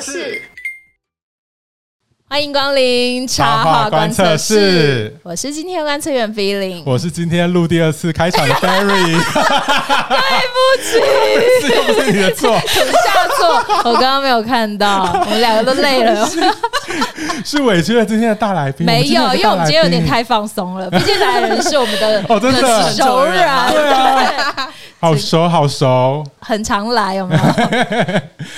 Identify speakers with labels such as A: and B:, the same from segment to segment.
A: 室，
B: 欢迎光临
C: 茶
B: 茶
C: 话
B: 话
C: 观
B: 观
C: 测
B: 测
C: 室
B: 室，我是今天的观测员 Feeling。
C: 我是今天录第二次开场的 Barry，
B: 对
C: 这又不是你的 错，
B: 不起，下错，我刚刚没有看到，我们两个都累了。
C: 是委屈了今天的大来宾。
B: 没有，因为我们今天有点
C: 太
B: 太放松了，毕竟来的人是我们的
C: 哦真的
B: 很熟人，
C: 对啊，好熟好熟
B: 很常来，有没有？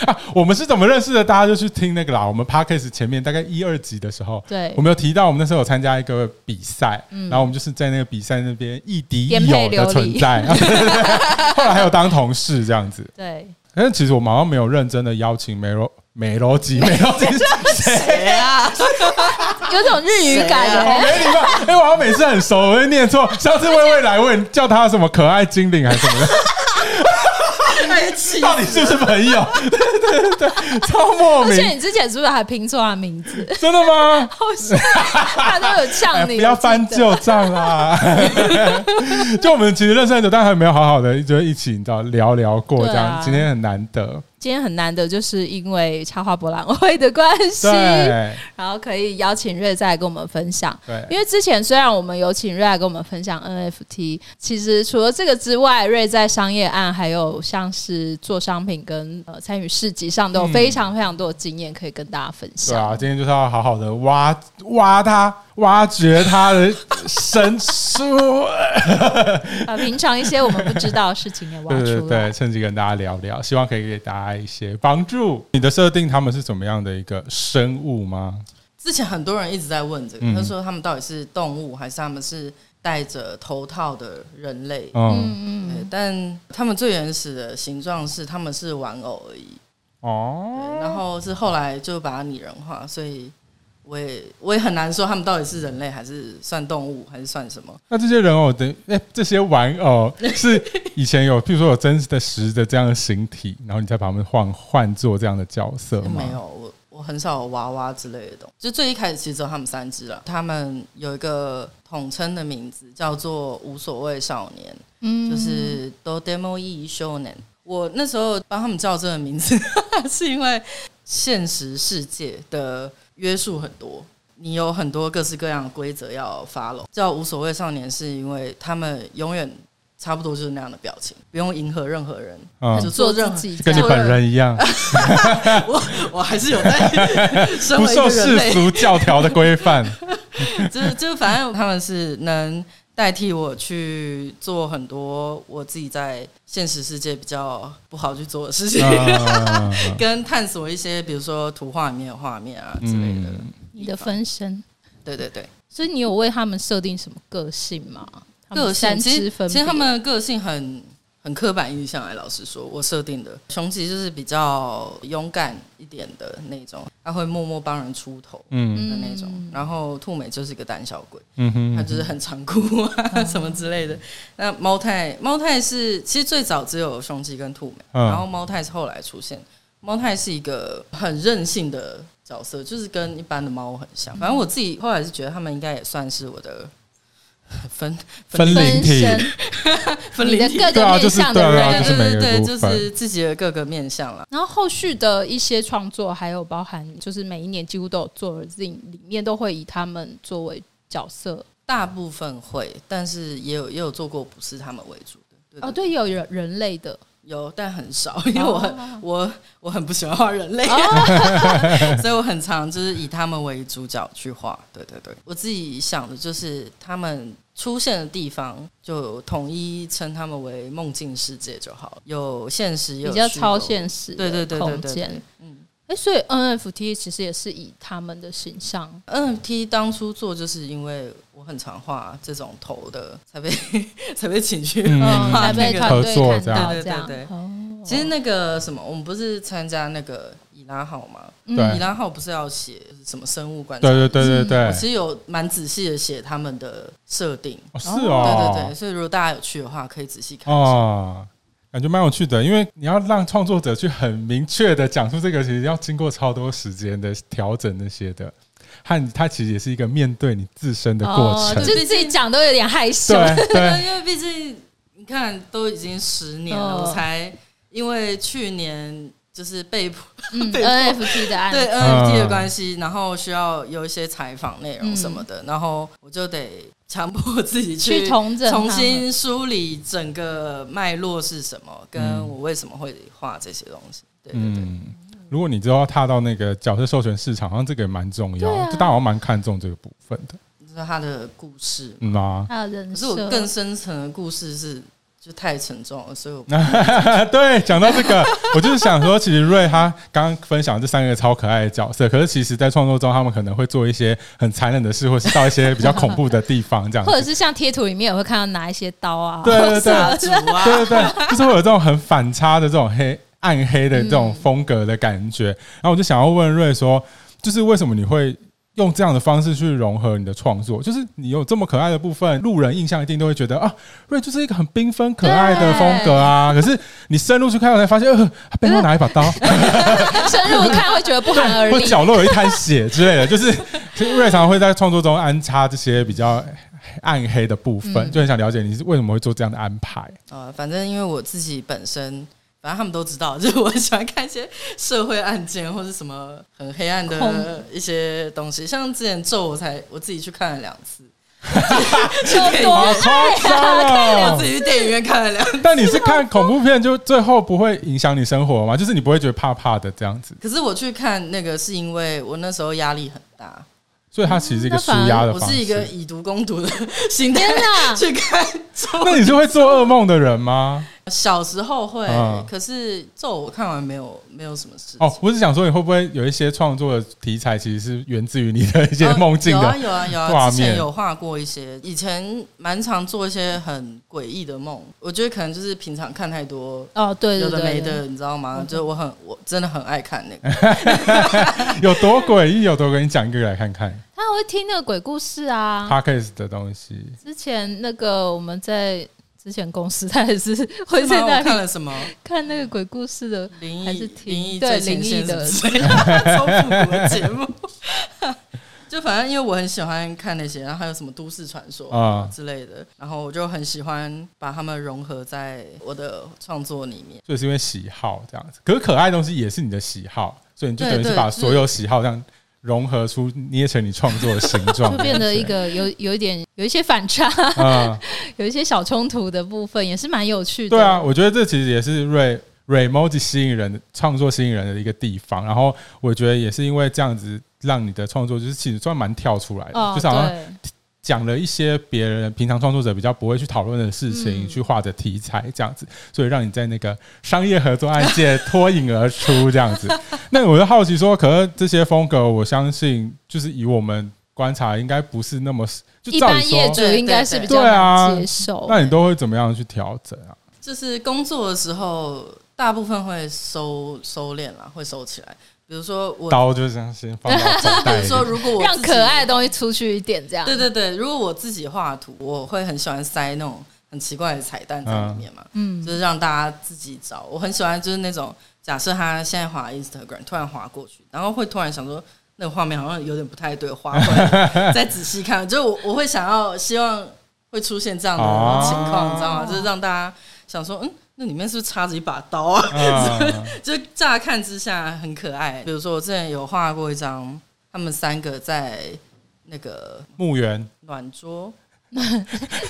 C: 啊！我们是怎么认识的？大家就去听那个啦。我们 Podcast 前面大概一二集的时候，
B: 对嗯
C: 我们有提到我们那时候有参加一个比赛，然后我们就是在那个比赛那边亦敌亦
B: 颠沛
C: 友的
B: 流离
C: 存在， 后来还有当同事这样子。
B: 对，
C: 但是其实我们好像没有认真的邀请梅罗梅 罗吉梅罗吉
A: 谁啊？
B: 有种日语感
A: 谁啊
B: 耶。
C: 哎没礼貌，因为我好像每次很熟，我会念错。上次薇薇来问叫她什么可爱精灵还是 什么的，
A: 太气
C: 到底是不是朋友？对对对对，超莫
B: 而且
C: 名，
B: 你之前是不是还拼错他名字？
C: 真的吗？
B: 好像他都有
C: 哎
B: 呛
C: 不
B: 你，
C: 要
B: 我记得
C: 翻旧账啦！就我们其实认识很久，但还没有好好的就一起，你知道聊聊过这
B: 对
C: 样。
B: 啊
C: 今天很难得，
B: 今天很难得，就是因为插画博览会的关系，
C: 对
B: 然后可以邀请瑞再来跟我们分享。
C: 对
B: 因为之前虽然我们有请瑞来跟我们分享 NFT，其实除了这个之外，瑞在商业案还有像是做商品跟呃参与市集上都有非常非常多的经验可以跟大家分
C: 对
B: 享。
C: 啊！今天就是要好好的挖挖他，挖掘他的神 书。
B: 把呃平常一些我们不知道的事情也挖
C: 对对
B: 出来
C: 对，。趁机跟大家聊聊，希望可以给大家一些帮助。你的设定他们是怎么样的一个生物吗？
A: 之前很多人一直在问这个，
C: 嗯
A: 他说他们到底是动物还是他们是戴着头套的人类？
C: 嗯，
A: 对，但他们最原始的形状是他们是玩偶而已，
C: 哦，
A: 对然后是后来就把它拟人化，所以我也我也很难说他们到底是人类还是算动物还是算什么。
C: 那这些人偶的，哎、这些玩偶是以前有，譬如说有真实的实的这样的形体，然后你再把它们换换做这样的角色吗？
A: 没有，我我很少有娃娃之类的东西。就最一开始其实只有他们三只了，他们有一个统称的名字叫做“无所谓少年”，
B: 嗯
A: 就是 “dodemo e s h o n e n 我那时候帮他们叫这个名字， 是因为现实世界的约束很多。你有很多各式各样的规则要 follow，叫无所谓少年，是因为他们永远差不多就是那样的表情，不用迎合任何人，
C: 嗯
A: 就
B: 做
A: 做
B: 自
A: 任何
B: 己
C: 就跟你
B: 这样
C: 本人一 样，
A: 我 我还是 有在身
C: 不
A: 为一
C: 受
A: 个
C: 世
A: 人 类，
C: 俗教条的规 范。
A: 就是就是反正他们是能代替我去做很多我自己在现实世界比较不好去做的事情，
C: 嗯
A: 跟探索一些比如说图画里面的画面啊之类的。
C: 嗯
B: 你的分身，
A: 对对对，
B: 所以你有为他们设定什么个性吗？他们
A: 个性
B: 三
A: 其
B: 只
A: 实
B: 分别，
A: 其实他们的个性很很刻板印象哎，老实说，我设定的雄吉就是比较勇敢一点的那种，他会默默帮人出头。
C: 嗯
A: 的那种，然后兔美就是一个胆小鬼，
C: 嗯哼，嗯
A: 它就是很长裤啊 什么之类的。那猫太猫太是其实最早只有雄鸡跟兔美，
C: 嗯
A: 然后猫太是后来出现。猫太是一个很任性的角色，就是跟一般的猫
C: 嗯
A: 很像。反正我自己后来是觉得他们应该也算是我的 分
C: 分灵
B: 分
C: 体，
B: 身，
A: 分
B: 你
A: 离
B: 的
A: 体。
B: 各
C: 对
B: 个
C: 啊就
B: 面
C: 是
B: 向
C: 对
B: 的
C: 啊
B: 人，
A: 对
C: 就是每
A: 对
C: 个
A: 对对，
C: 部
A: 就
C: 分
A: 是自己的各个面相啦。
B: 然后后续的一些创作，还有包含就是每一年几乎都有做 Zing，里面都会以他们作为角色。
A: 大部分会，但是也有也有做过不是他们为主的。对
B: 哦，对，有人人类的，哦
A: 有，但很少，因为我很、我我很不喜欢画人类，
B: 哦
A: 所以我很常就是以他们为主角去画。对对对，我自己想的就是他们出现的地方，就统一称他们为梦境世界就好了，有现实，也有
B: 比较
A: 虚
B: 超
A: 构
B: 现实
A: 对对
B: 的
A: 对对
B: 空
A: 对
B: 间
A: 对。，嗯。
B: 哎，所以 NFT 其实也是以他们的形象，
A: NFT 当初做就是因为我很常画这种头的，才被 才被请去
C: 嗯
B: 嗯，才
A: 画那
B: 被
A: 个
C: 团
B: 团
C: 合
B: 队
C: 作
B: 看
C: 这样
B: 到
A: 对对
B: 这样
A: 对。对
B: 哦
A: 其实那个什么，我们不是参加那个伊拉号吗？
C: 对
A: 伊拉号不是要写什么生物观
C: 嗯
A: 察？
C: 对对对对对
A: 我，其实有蛮仔细的写他们的设定。
C: 哦是
A: 对
C: 哦，
A: 对对，所以如果大家有去的话，可以仔细看一下。
C: 哦，感觉蛮有趣的，因为你要让创作者去很明确的讲出这个，其实要经过超多时间的调整那些的，和它其实也是一个面对你自身的过
B: 哦
C: 程。
B: 就自己讲都有点害羞。
C: 对对，
A: 因为毕竟你看都已经十年了，
B: 哦
A: 我才因为去年就是被迫
B: 嗯
A: 被迫
B: ，NFT 的案
A: 对
B: 子，
A: NFT
C: 嗯
A: 的关系，然后需要有一些采访内容什么的，然后我就得强迫自己
B: 嗯去同整
A: 重
B: 它们
A: 新梳理整个脉络是什么，跟
C: 嗯
A: 我为什么会画这些东西。对对对，
C: 嗯，如果你之后要踏到那个角色授权市场，好像这个也蛮重要，
B: 对啊
C: 就大家好像蛮看重这个部分的。
A: 就是他的故事。
C: 嗯 啊，
B: 还有人
A: 可是
B: 设
A: 我，更深层的故事是，就太沉重了，所以我
C: 啊对，讲到这个， 我就是想说，其实瑞他刚刚分享这三个超可爱的角色，可是其实在创作中，他们可能会做一些很残忍的事，或是到一些比较恐怖的地方，这 样
B: 或者
C: 子。
B: 是像贴图里面也会看到拿一些刀啊，
C: 对对对，
A: 不足啊，
C: 对对对，就是会有这种很反差的这种黑暗黑的这种风格的感觉。然后我就想要问瑞说，就是为什么你会用这样的方式去融合你的创作？就是你有这么可爱的部分，路人印象一定都会觉得啊，瑞就是一个很缤纷可爱的风格啊。可是你深入去看，才发现，呃，他背后拿一把刀，
B: 深入看会觉得不寒而
C: 或
B: 栗。
C: 角落有一滩血之类的。就是其实瑞常常会在创作中安插这些比较。暗黑的部分，
B: 嗯
C: 就很想了解你是为什么会做这样的安排。
A: 啊，反正因为我自己本身，反正他们都知道，就是我喜欢看一些社会案件或是什么很黑暗的
B: 恐
A: 一些东西。像之前咒，我才我自己去看了两次，
B: 有多
C: 好夸张 哦！
A: 我自己去电影院看了两次。
C: 但你是看恐怖片，就最后不会影响你生活吗？就是你不会觉得怕怕的这样子，
A: 可是我去看那个是因为我那时候压力很大，
C: 所以它其实是一个
B: 那
C: 舒
B: 反而
C: 压的
A: 嗯我
C: 方
A: 是一个
C: 式。
A: 以毒攻毒的心态
B: 天 哪！
A: 去看咒。
C: 那你是会做噩梦的人吗？
A: 小时候会，
C: 嗯
A: 可是咒我看完没有没有什么事情。
C: 哦，我是想说，你会不会有一些创作的题材其实是源自于你的一些梦境
A: 啊
C: 的？
A: 有啊有啊有
C: 画
A: 啊，
C: 面
A: 之前有画过一些，以前蛮常做一些很诡异的梦。我觉得可能就是平常看太多。
B: 哦，对
A: 有
B: 对
A: 的
B: 对，
A: 没
B: 对嗯
A: 的，你知道吗？就我很，我真的很爱看 那个。啊
C: 有多诡异？有多诡异？你讲一个来看看。
B: 他会听那个鬼故事啊。
C: Podcast 的东西，
B: 之前那个我们在之前公司，他也是会在
A: 是吗
B: 那
A: 我看
B: 里
A: 了什么
B: 看那个鬼故事的。
A: 灵
B: 还是
A: 异、
B: 挺
A: 灵异
B: 对
A: 最前线
B: 灵异的
A: 什么之类 的超复古的节目。 就反正因为我很喜欢看那些，然后还有什么都市传说
C: 啊
A: 之类的，然后我就很喜欢把它们融合在我的创作里面。
C: 就是因为喜好这样子。可是可爱的东西也是你的喜好，所以你就
A: 对
C: 等于是
A: 对
C: 把
A: 就是
C: 所有喜好这样融合出，捏成你创作的形 状，
B: 就变得一个有有一点有一些反差，
C: 嗯，
B: 有一些小冲突的部分，也是蛮有趣的。
C: 对啊，，我觉得这其实也是瑞瑞 emoji 吸引人的创作吸引人的一个地方。然后我觉得也是因为这样子，让你的创作就是其实算蛮跳出来的，
B: 哦，
C: 就是好像
B: 对，
C: 讲了一些别人平常创作者比较不会去讨论的事情，
B: 嗯
C: 去画的题材这样子，所以让你在那个商业合作案件脱颖而出这样子。 那我就好奇说，可是这些风格，我相信就是以我们观察，应该不是那么就
B: 一
C: 照理
B: 般业
C: 说，
B: 主应该是比较
C: 对啊
B: 难接受。
C: 那你都会怎么样去调整啊？
A: 就是工作的时候，大部分会收收敛啦，会收起来。比如说我，
C: 刀就这样先放到口
A: 比
C: 袋 里
A: 如说如果我
B: 让
A: 自己
B: 可爱的东西出去一点，这样
A: 对对对，如果我自己画图，我会很喜欢塞那种很奇怪的彩蛋在里面嘛，
B: 嗯
A: 就是让大家自己找。我很喜欢就是那种假设他现在滑 Instagram，突然滑过去，然后会突然想说。那个画面好像有点不太对，滑回来再仔细看，就是我我会想要希望会出现这样的
C: 啊
A: 情况，你知道吗？就是让大家想说，嗯，那里面是不是插着一把刀啊？
C: 啊，
A: 就乍看之下很可爱。比如说，我之前有画过一张，他们三个在那个
C: 墓园
A: 暖桌，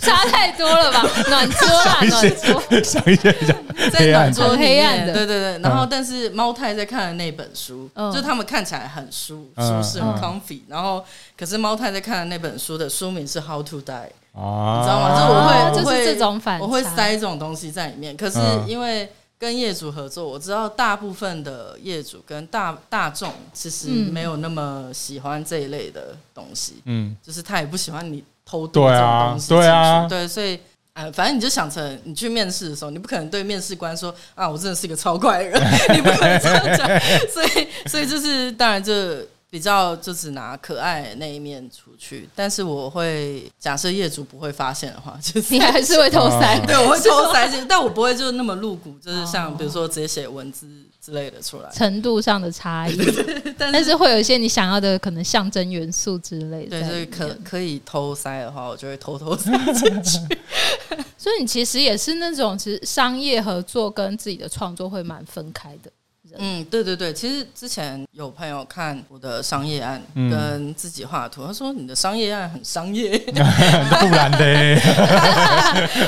B: 差太多了吧？暖桌啦，
C: 一些
B: 暖桌，
C: 想一些讲
A: 在暖桌里面
B: 黑暗的
A: 对对对。
C: 嗯
A: 然后，但是猫太在看的那本书，
B: 嗯
A: 就他们看起来很舒
C: 嗯
A: 舒适、
C: 嗯
A: 很 comfy。然后，可是猫太在看的那本书的书名是《How to Die》，
C: 啊，
A: 你知道吗？就我
B: 哦
A: 会，
B: 就是
A: 我会
B: 这种反差
A: 我会塞这种东西在里面。可是
C: 嗯
A: 因为跟业主合作，我知道大部分的业主跟大大众其实
B: 嗯
A: 没有那么喜欢这一类的东西。
C: 嗯，
A: 就是他也不喜欢你偷渡
C: 对
A: 这
C: 啊
A: 种东西
C: 对啊
A: 进去对，所以呃，反正你就想成你去面试的时候，你不可能对面试官说啊，我真的是个超怪人， 你不可能这样讲， 所以所以就是当然就比较就只拿可爱那一面出去，但是我会假设业主不会发现的话， 就是
B: 你 还是会偷塞
C: 啊
A: 对我会偷塞进去，但我不会就那么露骨，就是
B: 哦
A: 像比如说直接写文字之类的出来，
B: 程度上的差异，
A: 但
B: 但
A: 是
B: 是会有一些你想要的可能象征元素之类的
A: 对，
B: 在
A: 就是
B: 里面。
A: 可可以偷塞的话，我就会偷偷塞。
B: 所以你其实也是那种，其实商业合作跟自己的创作会蛮分开的。人。
A: 嗯，对对对，其实之前有朋友看我的商业案
C: 嗯
A: 跟自己画的图，他说你的商业案很商业，
C: 不然嘞，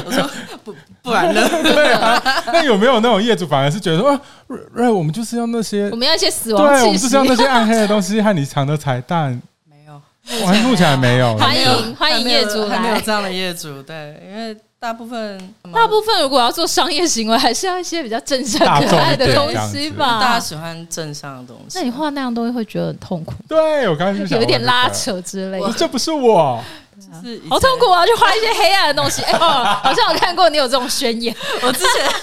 A: 我说不不然呢？
C: 对啊。那有没有那种业主反而是觉得说啊，瑞瑞，我们就是要那些
B: 我，们要一些死
C: 对，
B: 亡
C: 我们
B: 气
C: 就
B: 息
C: 是。要那些暗黑的东西和你藏的彩蛋，
A: 没有，
C: 我还目前还 没有。
B: 欢迎欢
A: 还
B: 迎
A: 没有
B: 业主
A: 还没有
B: 来。
A: 这样的业主，对，因为大部分
B: 大部分如果要做商业行为，还是要一些比较正向、
C: 大众
B: 可爱的
C: 一点
B: 东
C: 这样子
B: 西
A: 大家
B: 吧。
A: 喜欢正向的东西。
B: 啊那你画那样东西会觉得很痛苦，
C: 对我刚刚就想
B: 有一点
C: 问这个
B: 拉，扯之类的
C: 我，这不是我，
A: 就是以前
B: 好痛苦啊！就画一些黑暗的东西。哎、哦，好像我看过你有这种宣言，
A: 我之前好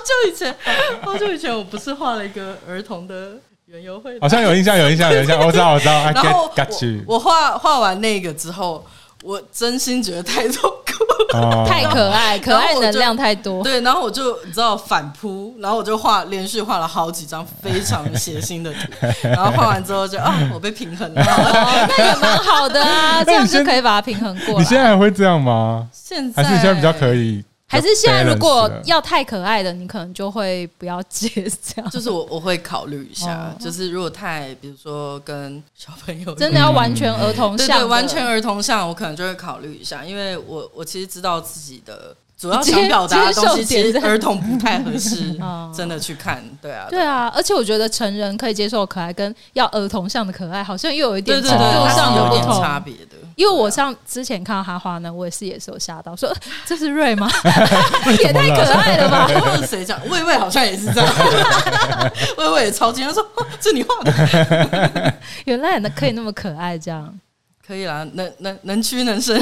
A: 久以前，好久以前，我不是画了一个儿童的园游会
C: 好，像有印象，有印象，有 印象，我知道，我知道，I
A: 然后
C: get got 哦 you
A: 我我画画完那个之后，我真心觉得太痛苦了。
C: 哦
B: 太可爱，可爱能量太多。
A: 对，然后我就你知道反扑，然后我就画连续画了好几张非常血腥的图，然后画完之后就啊，我被平衡了。
B: 哦，那也蛮好的 啊，这样就可以把它平衡过
C: 你现
B: 来。
C: 在还会这样吗？
A: 现在
C: 还是你现在比较可以？
B: 还是现在如果
C: balance 了
B: 要太可爱的，你可能就会不要接这 样。
A: 就是我我会考虑一下
B: 哦，
A: 就是如果太比如说跟小朋友
B: 真的要完全儿童
A: 对
B: 像
A: 嗯对
B: 的，
A: 完全儿童像，我可能就会考虑一下，因为我我其实知道自己的主要
B: 接
A: 想表达的东
B: 接受
A: 西，
B: 点
A: 其实
B: 在
A: 儿童不太合适
B: 哦
A: 真的去看，对啊，
B: 对啊，而且我觉得成人可以接受的可爱，跟要儿童像的可爱，好像又有一
A: 对
B: 点
A: 对
B: 程
A: 对，
B: 度
A: 它
B: 上的
A: 是有
B: 不
A: 点
B: 同。
A: 差别的。
B: 因为我上之前看到他画呢，我也是也是有吓到，说呃这是瑞 吗？ 也太可爱了吧！
A: 或者谁讲？魏魏好像也是这样，魏魏也超惊讶说 哦：“这你画的，
B: 原来也可以那么可爱，这样
A: 可以啦，能能能屈能伸。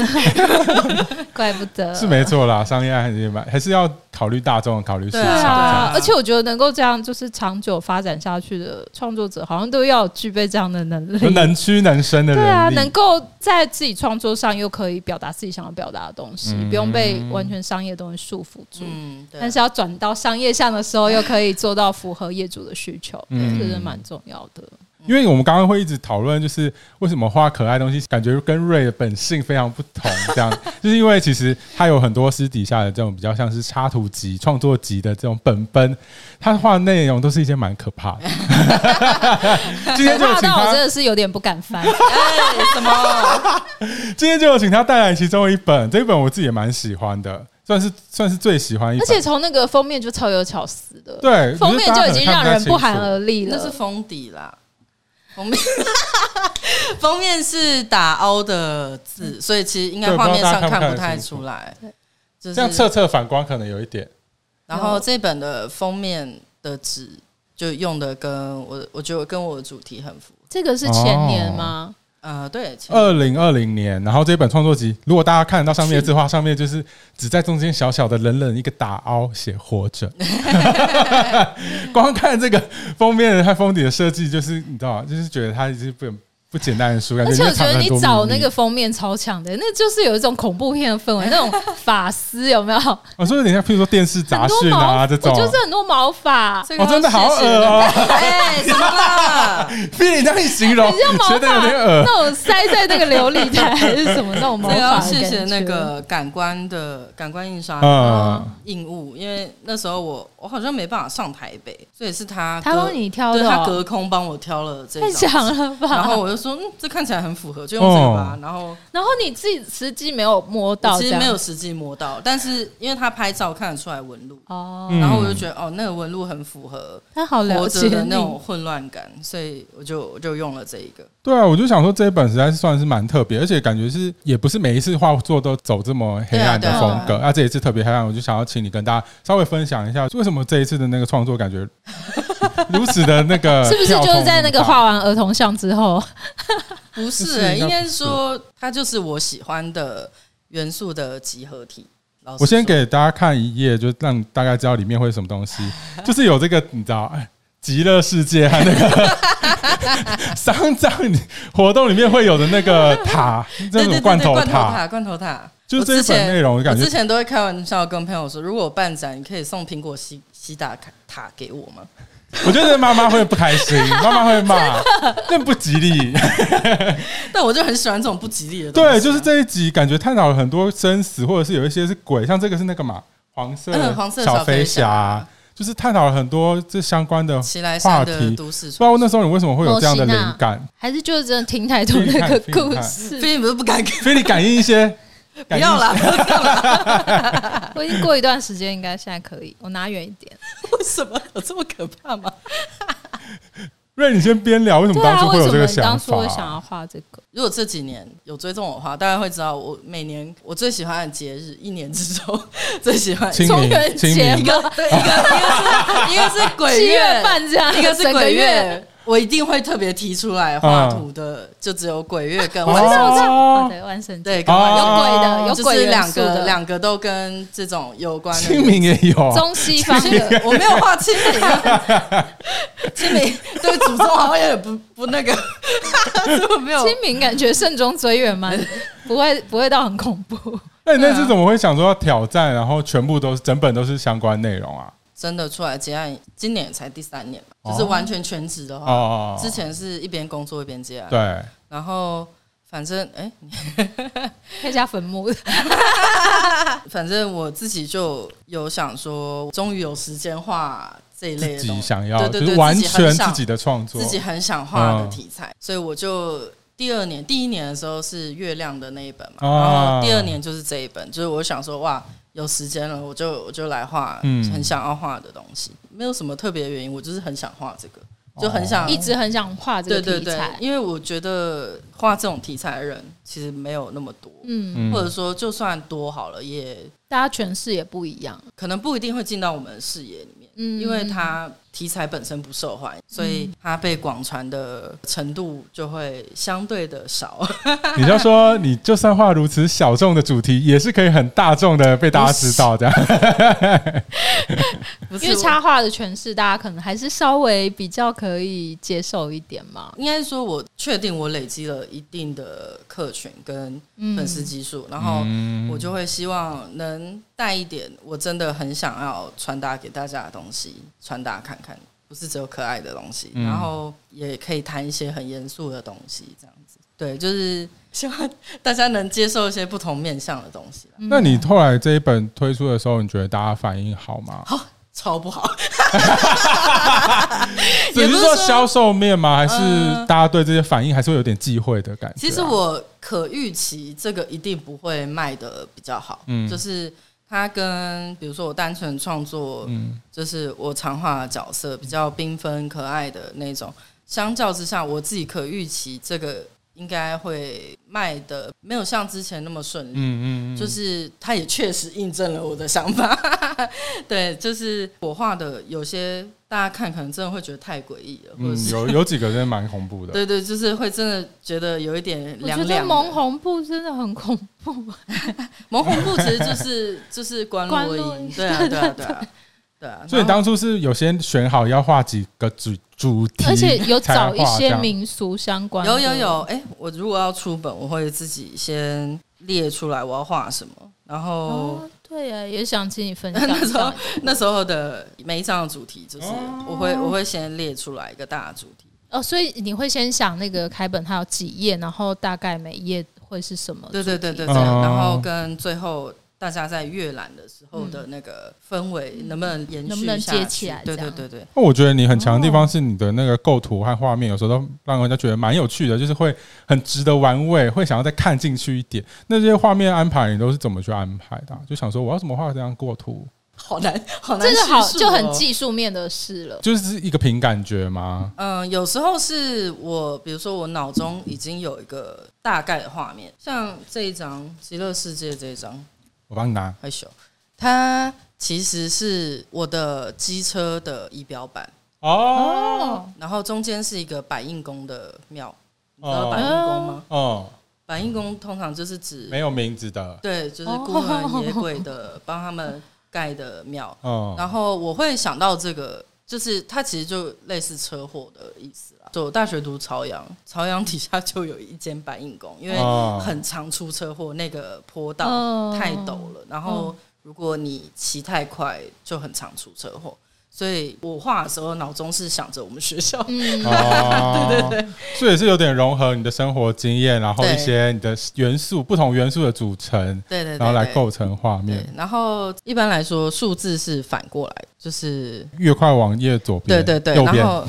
B: 怪不得
C: 是没错啦，商业案还是蛮还是要考虑大众，考虑市
A: 对
B: 对
C: 场。
B: 啊
A: 啊，
B: 而且我觉得能够这样就是长久发展下去的创作者，好像都要具备这样的能
C: 有
B: 力。
C: 能屈能伸的
B: 对
C: 人
B: 啊，
C: 力
B: 能够在自己创作上又可以表达自己想要表达的东西，
C: 嗯
B: 不用被完全商业的东西束缚”住。
A: 嗯，对啊
B: 但是要转到商业项的时候，又可以做到符合业主的需求，
C: 嗯
B: 这是蛮重要的。
C: 因为我们刚刚会一直讨论，就是为什么画可爱东西感觉跟瑞的本性非常不同，这 样就是因为其实他有很多私底下的这种比较像是插图集、创作集的这种本本，他画的内容都是一些蛮可怕 的。今天就有
B: 怕
C: 请
B: 到我真
C: 他，
B: 的是有点不敢翻。
A: 哎，什么？
C: 今天就有请他带来其中一本，这一本我自己也蛮喜欢的，算是算是最喜欢一
B: 而
C: 本。
B: 且从那个封面就超有巧思的，
C: 对
B: 封面就已经让人不寒
C: 而
B: 而栗
A: 那
B: 了
A: 是。封底啦，封面 封面是打凹的字，所以其实应该
C: 对
A: 画面
C: 不
A: 上
C: 知道大家看不
A: 看不
C: 看
A: 太
C: 得清楚
A: 出来
B: 对。
A: 就
C: 这样
A: 是，
C: 侧侧反光可能有一点，
A: 然后这本的封面的纸就用的跟我，我觉得跟我的主题很符。
B: 这个是前年吗？
A: 呃，对，其实
C: 二零二零年，然后这本创作集，如果大家看得到上面的字画，上面就是只在中间小小的冷冷一个打凹写“活着”， 光看这个封面和封底的设计，就是你知道吗？就是觉得它是不不简单的书，感觉
B: 而且
C: 里
B: 我觉
C: 面藏了
B: 得
C: 很多
B: 你找
C: 秘
B: 那
C: 密
B: 个，封面超强的，那就是有一种恐怖片的 氛围，那种发丝有没有？很
C: 我说有点像，譬如说电视杂
B: 多
C: 讯
B: 毛，
C: 啊
B: 我
C: 这种，
B: 就是很多毛发，
A: 这个
C: 我真的好恶
A: 要
C: 哦、
A: 谢谢那个，哎，什么啦？
C: 被你这样一形容
B: 很像，毛
C: 啊觉得有
B: 发
C: 点恶
B: 那种塞在那个琉璃台还是什么那种毛
A: 这个要
B: 发的
A: 谢
B: 感
A: 谢
B: 觉。
A: 那个感官的感官印刷
C: 嗯
A: 印物，因为那时候我我好像没办法上台北，所以是他
B: 他
A: 隔
B: 帮你挑的
A: 对
B: 哦
A: 他隔空帮我挑了这
B: 太
A: 张。
B: 强了吧！
A: 然后我就说，嗯，这看起来很符合，就
C: 嗯
A: 用这个吧。然后
B: 然后你自己实际没有摸
A: 我
B: 到，
A: 其
B: 这
A: 实
B: 样
A: 没有实际摸到，但是因为他拍照看得出来纹路，
B: 哦，
C: 嗯
A: 然后我就觉得，哦，那个纹路很符合
B: 他好了
A: 活
B: 解
A: 着的
B: 你
A: 那种混乱感，所以我就我就用了这一个。
C: 对啊，我就想说这一本实在是算是蛮特别，而且感觉是也不是每一次画作都走这么黑暗的风格
A: 对啊对啊
C: 啊。这一次特别黑暗，我就想要请你跟大家稍微分享一下，为什么这一次的那个创作感觉如此的那个
B: 是不是
C: 呃跳
B: 就
C: 动那么
B: 是在那个
C: 大
B: 画完儿童像之后，
A: 不
C: 不
A: 是、
C: 是
A: 欸，
C: 应该
A: 应该
C: 不
A: 是
C: 是
A: 说它就是我喜欢的元素的集合体。老实
C: 我先
A: 说
C: 给大家看一页，就让大概知道里面会有什么东西，就是有这个你知道。哎极乐世界和那个丧葬活动里面会有的那个塔，那
A: 对对
C: 种
A: 对
C: 罐
A: 罐
C: 头塔，
A: 塔，罐头塔，
C: 就是
A: 我
C: 这一
A: 之
C: 本
A: 前
C: 内容，
A: 我
C: 感觉
A: 之前都会开玩笑跟朋友说，如果我办展，你可以送苹果西西打卡塔给我吗？
C: 我觉得妈妈会不开心，妈妈会骂，那不吉利。
A: 但我就很喜欢这种不吉利的东西啊、
C: 对，就是这一集感觉探讨了很多生死，或者是有一些是鬼，像这个是那个嘛，黄色、
A: 嗯黄色小
C: 飞
A: 飞侠
C: 侠，就是探讨了很多这相关的。
A: 齐来山
C: 话
A: 的
C: 题
A: 都市
C: 不知道
A: 传
C: 那
A: 说，
C: 时候你为什么会有这样的灵感？
B: 还是就是真的听太多那个
C: 听太
B: 故
C: 听太
B: 事，
A: 菲利不是不敢看，
C: 所以你感应一些，
A: 不
C: 感应一
A: 要啦，不要啦，
B: 我已经过一段时间，应该现在可以，我拿远一点。
A: 为什么 有这么可怕吗？
C: 瑞，你先边聊，为什么
B: 对
C: 当
B: 啊，
C: 初会
B: 为
C: 有
B: 什
C: 这
B: 么
C: 个
B: 你当
C: 想
B: 初会想
C: 法？
B: 要画这个？
A: 如果这几年有追踪我的话，大家会知道我每年我最喜欢的节日，一年之中 最喜欢
C: 清
B: 中
C: 明，
B: 元
C: 清
B: 节
A: 一
C: 明，
A: 个 对一
C: 哦
A: 个一个是一个是鬼
B: 七月
A: 月，
B: 半这样，
A: 一个是
B: 整
A: 鬼
B: 月。
A: 月，我一定会特别提出
C: 嗯
A: 来画图的，就只有鬼月跟
C: 哦
A: 万圣节，
B: 哦，对，万圣节
A: 对，跟万圣
C: 哦
A: 节
B: 有鬼的，有
A: 就
B: 鬼
A: 是
B: 元
A: 两
B: 素
A: 个
B: 的，
A: 两个都跟这种有关的。
C: 清明也有啊，
B: 中西方
A: 清
B: 的
A: 明，我没有画清明 啊，清明对祖宗好像也不不那个，是我没有
B: 清明感觉慎终追 远蛮不会不会到很恐怖。
C: 那你那次怎么会想说要挑战，然后全部都是整本都是相关内容啊？
A: 真的出来接案，今年也才第三年
C: 哦
A: 嘛，就是完全全职的话，
C: 哦，
A: 之前是一边工作一边接案，
C: 对，
A: 然后反正哎、
B: 可以加坟墓的，
A: 反正我自己就有想说，终于有时间画这一类
C: 自
A: 的
C: 己
A: 东西，
C: 想要，
A: 对对
C: 就
A: 对
C: 是完
A: 自己
C: 全
A: 很想
C: 自己的创作
A: 自，己很想画的
C: 嗯
A: 题材，所以我就第二年，第一年的时候是月亮的那一本嘛，然
C: 啊
A: 后第二年就是这一本，就是我想说哇。有时间了，我就我就来画，
C: 嗯
A: 很想要画的东西，没有什么特别的原因，我就是很想画这个，就很
C: 哦
A: 想
B: 一直很想画这
A: 对
B: 个
A: 对
B: 题
A: 对
B: 材，。
A: 因为我觉得画这种题材的人其实没有那么多，
B: 嗯，
C: 嗯
A: 或者说就算多好了，也
B: 大家诠释也不一样。
A: 可能不一定会进到我们的视野里面，
B: 嗯，
A: 因为它题材本身不受欢迎，所以它被广传的程度就会相对的少。
C: 你就说，你就算画如此小众的主题，也是可以很大众的被大家知道这样。
A: 不是
B: 因为插画的诠释，大家可能还是稍微比较可以接受一点嘛。
A: 应该说，我确定我累积了一定的客群跟
B: 嗯，
A: 粉丝基数，然后
C: 嗯
A: 我就会希望能带一点我真的很想要传达给大家的东西，传达看看，不是只有可爱的东西，
C: 嗯
A: 然后也可以谈一些很严肃的东西，这样子。对，就是希望大家能接受一些不同面向的东西啦。
B: 嗯
C: 那你后来这一本推出的时候，你觉得大家反应好 吗？
A: 超不好，
C: 只
A: 也不
C: 是
A: 是
C: 说
A: 说
C: 销售面吗？还是
A: 嗯
C: 大家对这些反应还是会有点忌讳的感觉啊？
A: 其实我可预期这个一定不会卖的比较好，
C: 嗯
A: 就是它跟比如说我单纯创作，
C: 嗯
A: 就是我常画的角色比较缤纷可爱的那种，相较之下，我自己可预期这个应该会卖的没有像之前那么顺利。
C: 嗯嗯嗯，
A: 就是它也确实印证了我的想法， 对，就是我画的有些大家看可能真的会觉得太诡异了，或者
C: 嗯
A: 是、
C: 有有几个真的蛮恐怖的。
A: 对对，就是会真的觉得有一点
B: 我觉
A: 凉
B: 得
A: 凉的。
B: 蒙红布真的很恐 怖，
A: 蒙红布其实就是 就是关
B: 关
A: 洛
B: 洛
A: 音
B: 音，
A: 对 啊对啊对啊对啊。
C: 所以你
A: 然后
C: 当初是有先选好要画几个主主题，
B: 而且有
C: 才
B: 找一
C: 画这
B: 些
C: 样
B: 民俗相关
A: 嗯有
B: 的，哦
A: 有有，哎、我如果要出本，我会自己先列出来我要画什么，然后、
B: 哦，对呀，也想请你分享
A: 那
B: 一
A: 时候
B: 下。
A: 那时候的每一张的主题就是
C: 哦
A: 我会我会先列出来一个大的主题，
B: 哦，所以你会先想那个开本它有几页，然后大概每一页会是什么？
A: 对对对对
C: 主题
A: 对，然后跟最后。大家在阅览的时候的那个氛围能不能延
B: 嗯
A: 续
B: 能不能
A: 下
B: 接
A: 去
B: 起来
A: 对
B: 这
A: 对
B: 样
A: 对对，
C: 那我觉得你很强的地方是你的那个构图和画面，有时候都让人家觉得蛮有趣的，就是会很值得玩味，会想要再看进去一点。那这些画面安排你都是怎么去安排的啊、就想说我要怎么画这样构图，
A: 好难好难
B: 这
A: 叙述
B: 个
A: 哦，
B: 好就很技术面的事了。
C: 就是一个凭感觉吗？
A: 嗯，有时候是我，比如说我脑中已经有一个大概的画面，像这一张《极乐世界》这一张，
C: 我帮你拿，
A: 害羞，它其实是我的机车的仪表板，
C: 哦
B: 哦，
A: 然后中间是一个百应宫的庙，你知道百应
C: 哦
A: 宫吗？
C: 哦，
A: 百应宫通常就是指
C: 没有名字的，
A: 对，就是孤魂野鬼的帮他们盖的庙，
C: 哦，
A: 然后我会想到这个，就是它其实就类似车祸的意思啦。就我大学读朝阳，朝阳底下就有一间搬运工，因为
C: 哦
A: 很常出车祸，那个坡道
B: 哦
A: 太陡了，然后如果你骑太快，就很常出车祸。所以我画的时候脑中是想着我们学校，
B: 嗯，
C: 哦，对对对， 所以也是有点融合你的生活经验，然后
A: 对
C: 一些你的元素、不同元素的组成，
A: 对对对
C: 然后来
A: 对
C: 构成画面
A: 对。，然后一般来说数字是反过来，就是
C: 越快往页左边，
A: 对对对，
C: 右
A: 然
C: 边
A: 后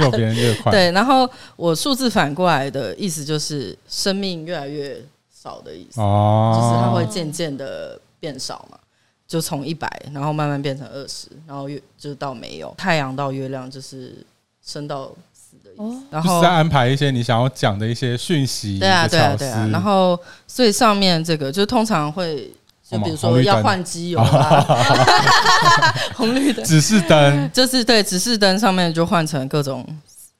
C: 右边越快。
A: 对，然后我数字反过来的意思就是生命越来越少的意思，
C: 哦，
A: 就是它会渐渐的变少嘛，就从一百，然后慢慢变成二十，然后越就到没有，太阳到月亮就是升到死的意思，
B: 哦
A: 然
C: 就是
A: 后
C: 在安排一些你想要讲的一些讯息
A: 对啊
C: 的
A: 对啊
C: 巧
A: 对
C: 思，
A: 啊，然后所以上面这个就通常会。就比
C: 红
A: 如说
C: 绿灯
A: 要换机 油啦，红绿灯，
C: 指示灯
A: 就是对指示灯上面就换成各种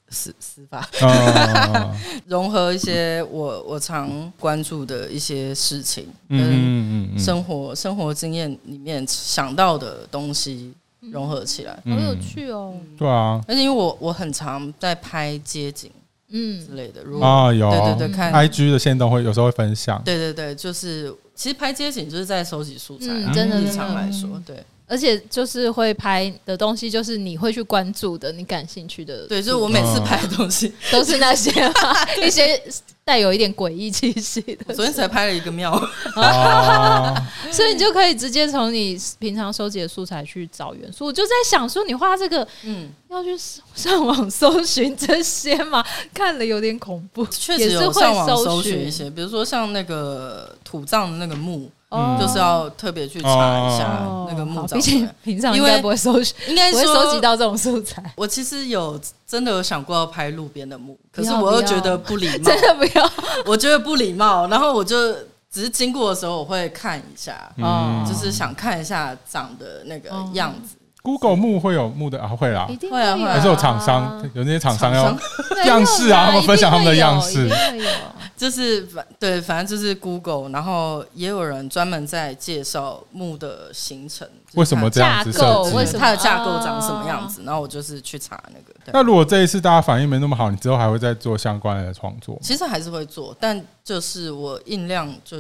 A: 死死法，
C: 嗯
A: 融合一些我我常关注的一些事情，跟
C: 嗯嗯嗯嗯，
A: 生活、生活经验里面想到的东西融合起来。
B: 好有
C: 嗯
B: 趣哦，
C: 对啊，
A: 而且因为我我很常在拍街景
B: 嗯
A: 之类的，如果、
C: 啊有，
A: 对对对看
C: I G 的线动会有时候会分享，
A: 对对对，嗯就是其实拍街景就是在收集素材、啊
B: 嗯，真的
A: 日
B: 真
A: 常
B: 的
A: 来说，对
B: 而且就是会拍的东西，就是你会去关注的，你感兴趣的，
A: 对，就是我每次拍的东西，
B: 都是那些吗 一些带有一点诡异气息
A: 我
B: 的，
A: 昨天才拍了一个 庙，
C: 啊，
B: 所以你就可以直接从你平常收集的素材去找元素。我就在想说，你画这个
A: 嗯，
B: 要去上网搜寻这些吗？看了有点恐怖，
A: 确
B: 也
A: 实
B: 是
A: 有
B: 会
A: 上网
B: 搜
A: 搜寻
B: 寻
A: 一些，比如说像那个土葬的那个墓，
B: 哦
A: 嗯就是要特别去查一下
B: 哦
A: 那个墓
B: 好
A: 葬
B: 毕
A: 出
B: 竟
A: 来。
B: 平常
A: 因
B: 应
A: 为
B: 该不会搜寻，
A: 应该
B: 不会
A: 说，
B: 收集到这种素材，
A: 我其实有真的有想过要拍路边的墓，可
B: 不要
A: 是我又
B: 不要
A: 觉得不礼 貌
B: 真，的不要。
A: 我觉得不礼貌，然后我就只是经过的时候我会看一下，
B: 哦
C: 嗯，
A: 就是想看一下长的那个样子。
C: Google 木会有木的啊，会啦，
B: 一定
A: 会啊会啊
C: 还是有厂商，有那些厂商要
A: 厂
B: 对
C: 样式啊
B: 有啦
C: 他们分享他们的样式
B: 一定会有一定会有
A: 就是反对，反正就是 Google，然后也有人专门在介绍墓的行程，就是
C: 为什么
A: 它
C: 这样子
B: 架构
C: 设
B: 为
C: 计
B: 什？么哦
A: 它的架构长什么样子，然后我就是去查那个。对
C: 那如果这一次大家反应没那么好，你之后还会再做相关的创作吗？
A: 其实还是会做，但就是我印量就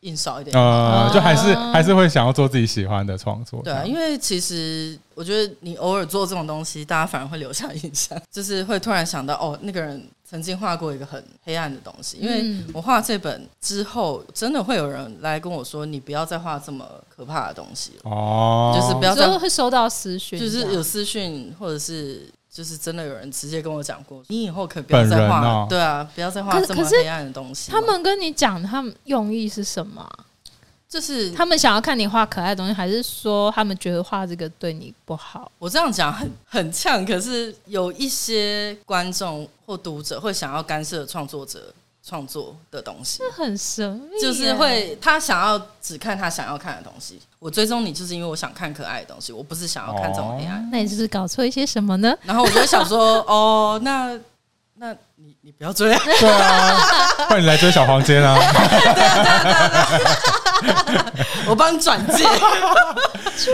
A: 印少一点。
C: 呃，就还是
B: 啊
C: 还是会想要做自己喜欢的创作。
A: 对啊，因为其实我觉得你偶尔做这种东西，大家反而会留下印象， 就是会突然想到哦，那个人曾经画过一个很黑暗的东西。因为
B: 嗯
A: 我画这本之后，真的会有人来跟我说，你不要再画这么可怕的东西了，
C: 哦，
A: 就是不要
B: 有时候
A: 再，
B: 会收到私讯，
A: 就是
B: 这样
A: 有私讯或者是。就是真的有人直接跟我讲过，你以后可不要
C: 本
A: 再
C: 人
A: 画，
C: 哦
A: 对啊，不要再画
B: 可是
A: 这么
B: 可是
A: 黑暗的东西了。
B: 他们跟你讲他们用意是什么啊、
A: 就是
B: 他们想要看你画可爱的东西，还是说他们觉得画这个对你不好？
A: 我这样讲很很呛，可是有一些观众或读者会想要干涉创作者创作的东西，
B: 很神秘耶，
A: 就是会他想要只看他想要看的东西。我追踪你就是因为我想看可爱的东西，我不是想要看这种黑暗。
B: 那你是不是搞错一些什么呢？
A: 然后我就会想说，哦，那那你你不要追啊，
C: 对 啊，不然你来追小黄间啊，
A: 我帮你转介。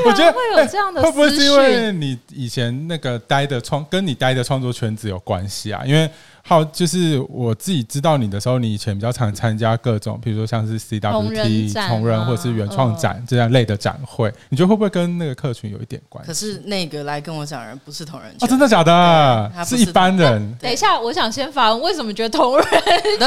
C: 我觉得
B: 会有这样的
A: 哎
C: 会不会
B: 私
C: 是因
B: 讯，
C: 为你以前那个待的创跟你待的创作圈子有关系啊？因为好，就是我自己知道你的时候，你以前比较常参加各种，比如说像是
B: 同人
C: CWT
B: 展啊嗯
C: 同人或是原创展这样类的展会，你觉得会不会跟那个客群有一点关
A: 可
C: 系？
A: 是那个来跟我讲的人不是同人
C: 哦，
A: 圈，
C: 真的假的
A: 对他？不
C: 是
A: 是
C: 一般 人，
B: 等一下，我想先发问，为什么觉得同人
A: 对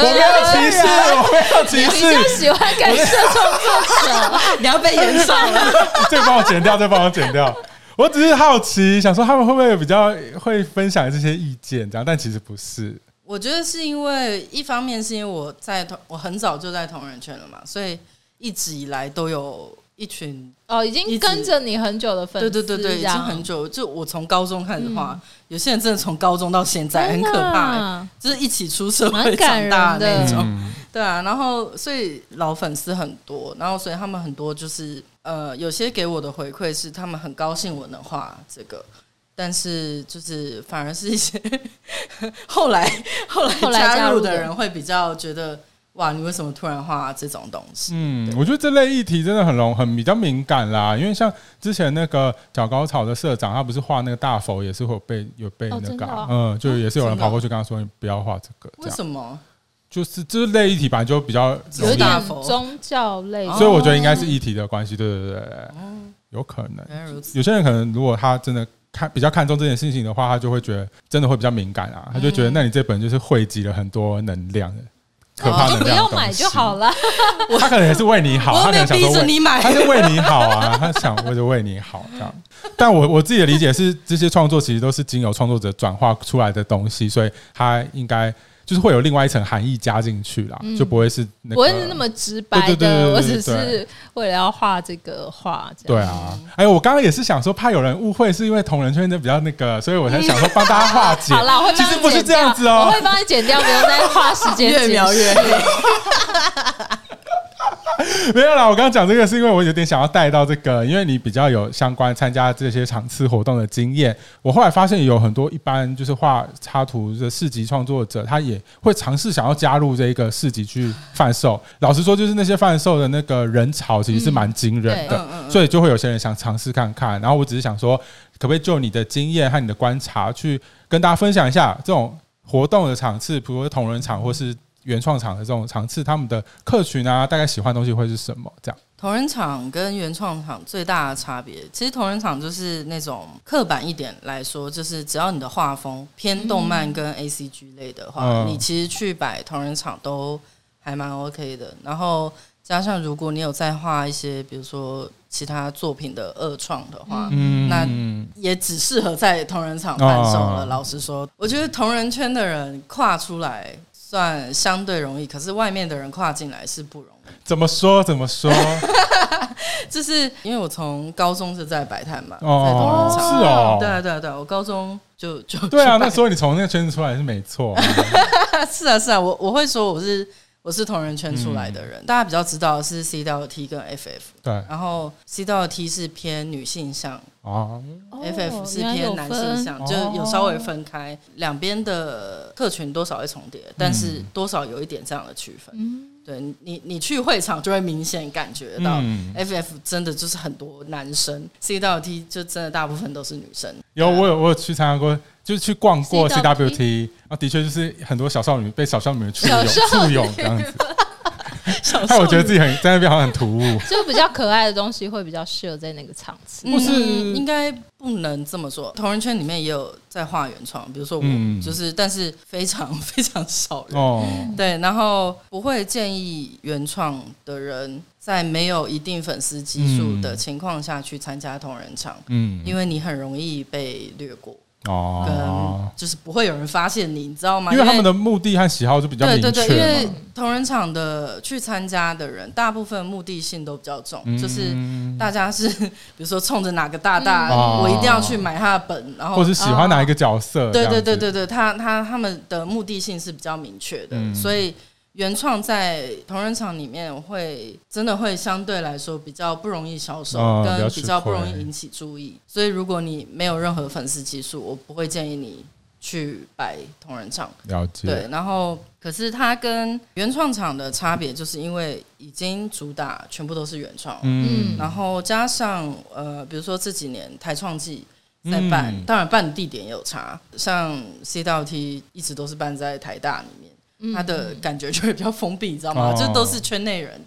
C: 我没有歧视，我没有
B: 啊比
C: 歧
B: 较
C: 视，
B: 喜欢感受 创作者？
A: 啊你要被延上了。
C: 这个帮我剪掉，这个帮我剪掉。我只是好奇，想说他们会不会比较会分享这些意见，这样，但其实不是。
A: 我觉得是因为一方面是因为我在同我很早就在同人圈了嘛，所以一直以来都有一群
B: 哦，已
A: 一
B: 经
A: 直
B: 跟着你很久的粉
A: 对
B: 丝，
A: 对对对，
B: 这
A: 已经
B: 样嗯
A: 很久，就我从高中开始画，有些人真的从高中到现在很
B: 真
A: 可
B: 的
A: 怕欸、
B: 啊
A: 就是一起出社会
B: 蛮感
A: 长
B: 人
A: 大的那
B: 的
A: 种。
C: 嗯
A: 对啊，然后所以老粉丝很多，然后所以他们很多就是呃，有些给我的回馈是他们很高兴我能画这个，但是就是反而是一些 后来后来
B: 后来加入的
A: 加入的人会比较觉得哇，你为什么突然画这种东西？
C: 嗯，我觉得这类议题真的很容很比较敏感啦，因为像之前那个小高潮的社长，他不是画那个大佛，也是会有被有被
B: 哦
C: 那
B: 真
C: 个
B: 的
C: 啊、
B: 哦
C: 嗯，就也是有人
A: 真的哦
C: 跑过去跟他说你不要画这个，这
A: 为
C: 样
A: 什么？
C: 就是这类议题吧，就比较容
B: 有
C: 易
B: 一，点宗教类的，
A: 哦
C: 所以我觉得应该是议题的关系，对对对对对。有可能。
A: 原来如此。
C: 有些人可能如果他真的看比较看重这件事情的话，他就会觉得真的会比较敏感
A: 嗯
C: 啊，他就觉得那你这本就是汇集了很多能量的可
B: 哦
C: 怕
A: 哦
B: 就
C: 能
B: 不
C: 量的
B: 用
C: 东
B: 买
C: 西
B: 就好。了。
C: 他可能也是为你好，
A: 我
C: 他
A: 又
C: 可能想
A: 没有逼
C: 说
A: 着
C: 为
A: 你买
C: 他，是为你好啊，他想为了为你好这样。但我我自己的理解是，这些创作其实都是经由创作者转化出来的东西，所以他应该就是会有另外一层含义加进去啦，就不会是那个
B: 不会嗯是那么直白
C: 对对对
B: 的，
C: 对
B: 我只
C: 对对
B: 是为了要画这个画，这
C: 对
B: 样
C: 啊。哎，我刚刚也是想说，怕有人误会是因为同人圈的比较那个，所以我才想说帮大家化 解。
B: 好啦，我会帮
C: 其
B: 你
C: 实不是
B: 剪
C: 这样
B: 掉
C: 子哦
B: 我会帮你剪掉，不用再花时间
A: 越
B: 解
A: 描
B: 释
A: 越黑。
C: 没有啦，我刚刚讲这个是因为我有点想要带到这个，因为你比较有相关参加这些场次活动的经验。我后来发现有很多一般就是画插图的市集创作者，他也会尝试想要加入这一个市集去贩售。老实说，就是那些贩售的那个人潮其实是蛮惊人
B: 对
A: 嗯
C: 的，所以就会有些人想尝试看看。然后我只是想说，可不可以就你的经验和你的观察，去跟大家分享一下这种活动的场次，比如说同人场或是原创场的这种场次，他们的客群啊，大概喜欢的东西会是什么？这样
A: 同人场跟原创场最大的差别，其实同人场就是那种刻板一点来说，就是只要你的画风偏动漫跟 A C G 类的话，
C: 嗯
A: 你其实去摆同人场都还蛮 OK 的。然后加上如果你有再画一些，比如说其他作品的二创的话，
C: 嗯
A: 那
C: 嗯
A: 也只适合在同人场贩售了。
C: 哦
A: 老实说，我觉得同人圈的人跨出来算相对容易，可是外面的人跨进来是不容易。
C: 怎么说怎么说
A: 就是因为我从高中是在摆摊嘛，在同
C: 哦
A: 仁，
C: 是
A: 场。对
C: 哦，
A: 啊，对啊，对啊，我高中就就
C: 对啊，
A: 就摆
C: 那所以你从那个圈子出来是没错啊，
A: 是啊是啊，我我会说我是我是同人圈出来的
C: 嗯
A: 人，大家比较知道的是 CWT 跟 FF，
C: 对
A: 然后 CWT 是偏女性向
C: 哦，
B: 哦
A: ，FF 是
B: 原来有
A: 偏男性
B: 分
A: 向，
C: 哦
A: 就有稍微分开，两边的客群多少会重叠，但
C: 嗯
A: 是多少有一点这样的区分。
B: 嗯
A: 对你，你去会场就会明显感觉到
C: 嗯
A: FF 真的就是很多男生，C 到 T 就真的大部分都是女生。
C: 有我有我有去参加过，就是去逛过
B: CWT
C: CWT，啊，的确就是很多小少女被小少女们簇
B: 小
C: 拥
B: 少
C: 簇
B: 女
C: 拥这样子，
A: 小
C: 害我觉得
A: 少
C: 自己很在那边好像很突兀。
B: 就比较可爱的东西会比较适合在那个场次。
A: 女
C: 不是
A: 嗯应该不能这么说。同人圈里面也有在画原创，比如说我，
C: 嗯
A: 就是但是非常 非常少人。
C: 哦，
A: 对，然后不会建议原创的人在没有一定粉丝基数的情况下去参加同人场，
C: 嗯，
A: 因为你很容易被略过，跟
C: 哦，
A: 就是不会有人发现你，你知道吗？
C: 因为他们的目的和喜好就比较
A: 对
C: 明
A: 对
C: 确
A: 对，因为
C: 嘛，
A: 同人场的去参加的人，大部分目的性都比较重，就是
C: 嗯
A: 大家是 比如说冲着哪个大大，
C: 嗯
A: 我一定要去买他的本，然
C: 或
A: 后
C: 是喜欢哪一个角色，
A: 啊对
C: 这
A: 对对
C: 样子
A: 对对，他他他们的目的性是比较明确的，
C: 嗯
A: 所以原创在同人场里面会真的会相对来说比较不容易销售，
C: 哦比
A: 跟
C: 较
A: 比较
C: 吃
A: 不
C: 亏
A: 容易引起注意。所以如果你没有任何粉丝基数，我不会建议你去摆同人场。
C: 了解，
A: 对，然后可是它跟原创厂的差别，就是因为已经主打全部都是原创，
C: 嗯，
A: 然后加上呃，比如说这几年台创季在办，
C: 嗯
A: 当然办的地点也有差，像 C 到 T 一直都是办在台大里面，
B: 嗯
A: 它嗯的感觉就会比较封闭，你知道吗？
C: 嗯哦
A: 就都是圈内人，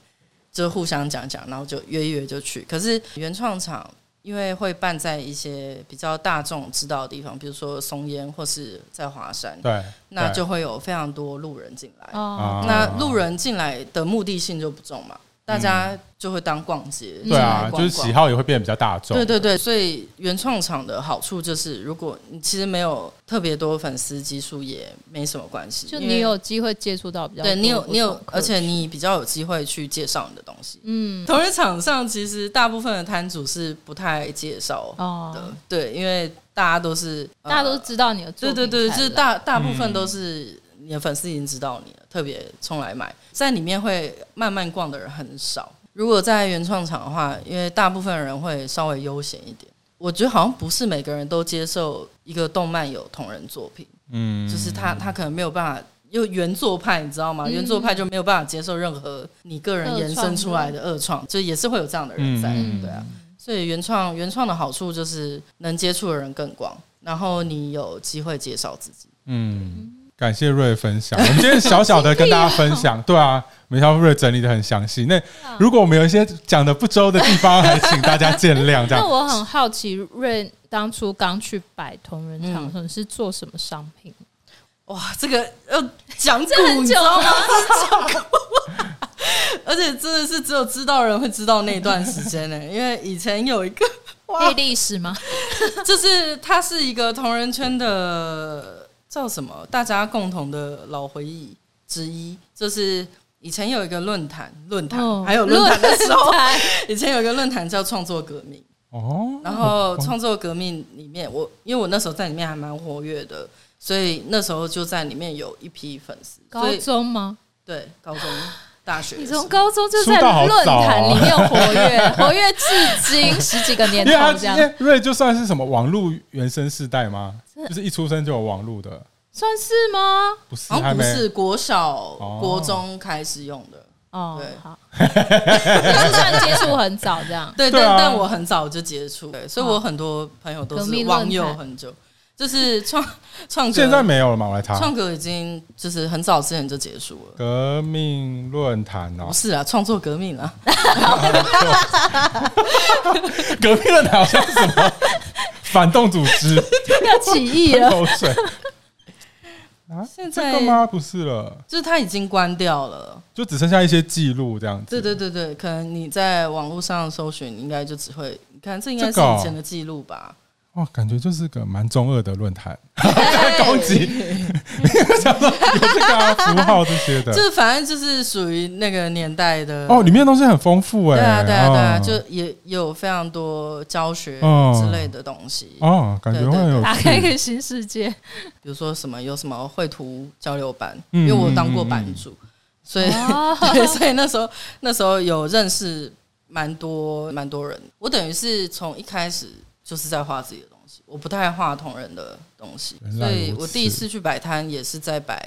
A: 就互相讲讲，然后就约一约就去。可是原创场因为会办在一些比较大众知道的地方，比如说松烟或是在华山，
C: 对，
A: 那
C: 对
A: 就会有非常多路人进来。
B: 哦，
C: 啊
A: 那路人进来的目的性就不重嘛，大家就会当逛街，
C: 嗯
A: 进
C: 对啊
A: 来，逛
C: 就是
A: 逛
C: 喜。好也会变得比较大众，
A: 对对对，所以原创厂的好处就是，如果你其实没有特别多粉丝基数，也没什么关系。
B: 就
A: 因
B: 你
A: 为
B: 有机会接触到比较多
A: 对你有你
B: 不
A: 有
B: 同，客
A: 而且你比较有机会去介绍你的东西。
B: 嗯
A: 同人场上，其实大部分的摊主是不太介绍的，
B: 哦，
A: 对，因为大家都是呃
B: 大家都知道你的作
A: 对
B: 品
A: 对对，
B: 才
A: 就是
B: 来
A: 大大部分都是你的粉丝已经知道你了，特别冲来买，在里面会慢慢逛的人很少。如果在原创场的话，因为大部分人会稍微悠闲一点。我觉得好像不是每个人都接受一个动漫有同人作品，
C: 嗯，
A: 就是他他可能没有办法。又原作派，你知道吗？
B: 嗯
A: 原作派就没有办法接受任何你个人延伸出来的恶创，就也是会有这样的人在，
C: 嗯
A: 对啊。所以原创原创的好处就是能接触的人更广，然后你有机会介绍自己。
C: 嗯。感谢瑞的分享，我们今天小小的跟大家分 享，对啊，梅超瑞整理的很详细。那如果我们有一些讲的不周的地方，还请大家见谅。这
B: 那
C: 样，
B: 我很好奇，瑞当初刚去摆同人
A: 嗯
B: 场的时候，你是做什么商品？
A: 哇，这个要 讲
B: 这
A: 古，
B: 很
A: 你知
B: 久
A: 道
B: 吗
A: 吗？而且真的是只有知道的人会知道那段时间呢、因为以前有一个，
B: 黑历史吗？
A: 就是他是一个同人圈的叫什么，大家共同的老回忆之一，就是以前有一个论坛，论坛、
B: 哦
A: 还有论坛的时候
B: 论，坛
A: 以前有一个论坛叫创作革命。
C: 哦，
A: 然后创作革命里面，我因为我那时候在里面还蛮活跃的，所以那时候就在里面有一批粉丝。所
B: 高
A: 以
B: 中吗？
A: 对高中、大学的
B: 你
A: 时候，
B: 从高中就在论
C: 啊
B: 坛里面活跃，活跃至今十几个年
C: 因为他
B: 头这样，
C: 因为瑞就算是什么网络原生世代吗？
B: 真的
C: 就是一出生就有网络的，
B: 算是吗？
C: 不是？
A: 好
C: 还
A: 像不
C: 没
A: 是国小、
C: 哦
A: 国中开始用的，
B: 哦
A: 对，
B: 好，就是算接触很早这样。
A: 对，
C: 对啊
A: 但但我很早就接触，对，所以我很多朋友都
B: 革
A: 是
B: 命论
A: 网友
B: 坛
A: 很久，就是创创
C: 现在
A: 革
C: 没有啊了吗？我来查
A: 创革已经就是很早之前就结束了，
C: 革命论坛哦
A: 不，是啊，创作革命啊，
C: 哎革命论坛好像是什 么反动组织，
B: 要起义 了，
C: 口水啊，
A: 现
C: 这
A: 在
C: 个吗？不是了，
A: 就是他已经关掉了。
C: 就只剩下一些记录这样子。
A: 对对对对，可能你在网络上搜寻，应该就只会你看，这应该
C: 这
A: 是
C: 个哦
A: 以前的记录吧？
C: 哦，感觉就是个蛮中二的论 坛，在攻击，想说有这个啊符号这些的
A: 这反正就是属于那个年代的
C: 哦，里面的东西很丰富哎、
A: 对啊对啊对啊，
C: 哦
A: 就也有非常多教学
C: 嗯
A: 之类的东西，
C: 哦，感觉会很有
B: 打开一
C: 趣，
B: 个新世界。
A: 比如说什么有什么绘图交流班，
C: 嗯
A: 因为我当过版主，所以、
B: 哦
A: 对，所以那时候那时候有认识蛮多蛮多人，我等于是从一开始就是在画自己的东西，我不太画同人的东西，
C: 原来
A: 所
C: 如
A: 以我第一
C: 此
A: 次去摆摊也是在摆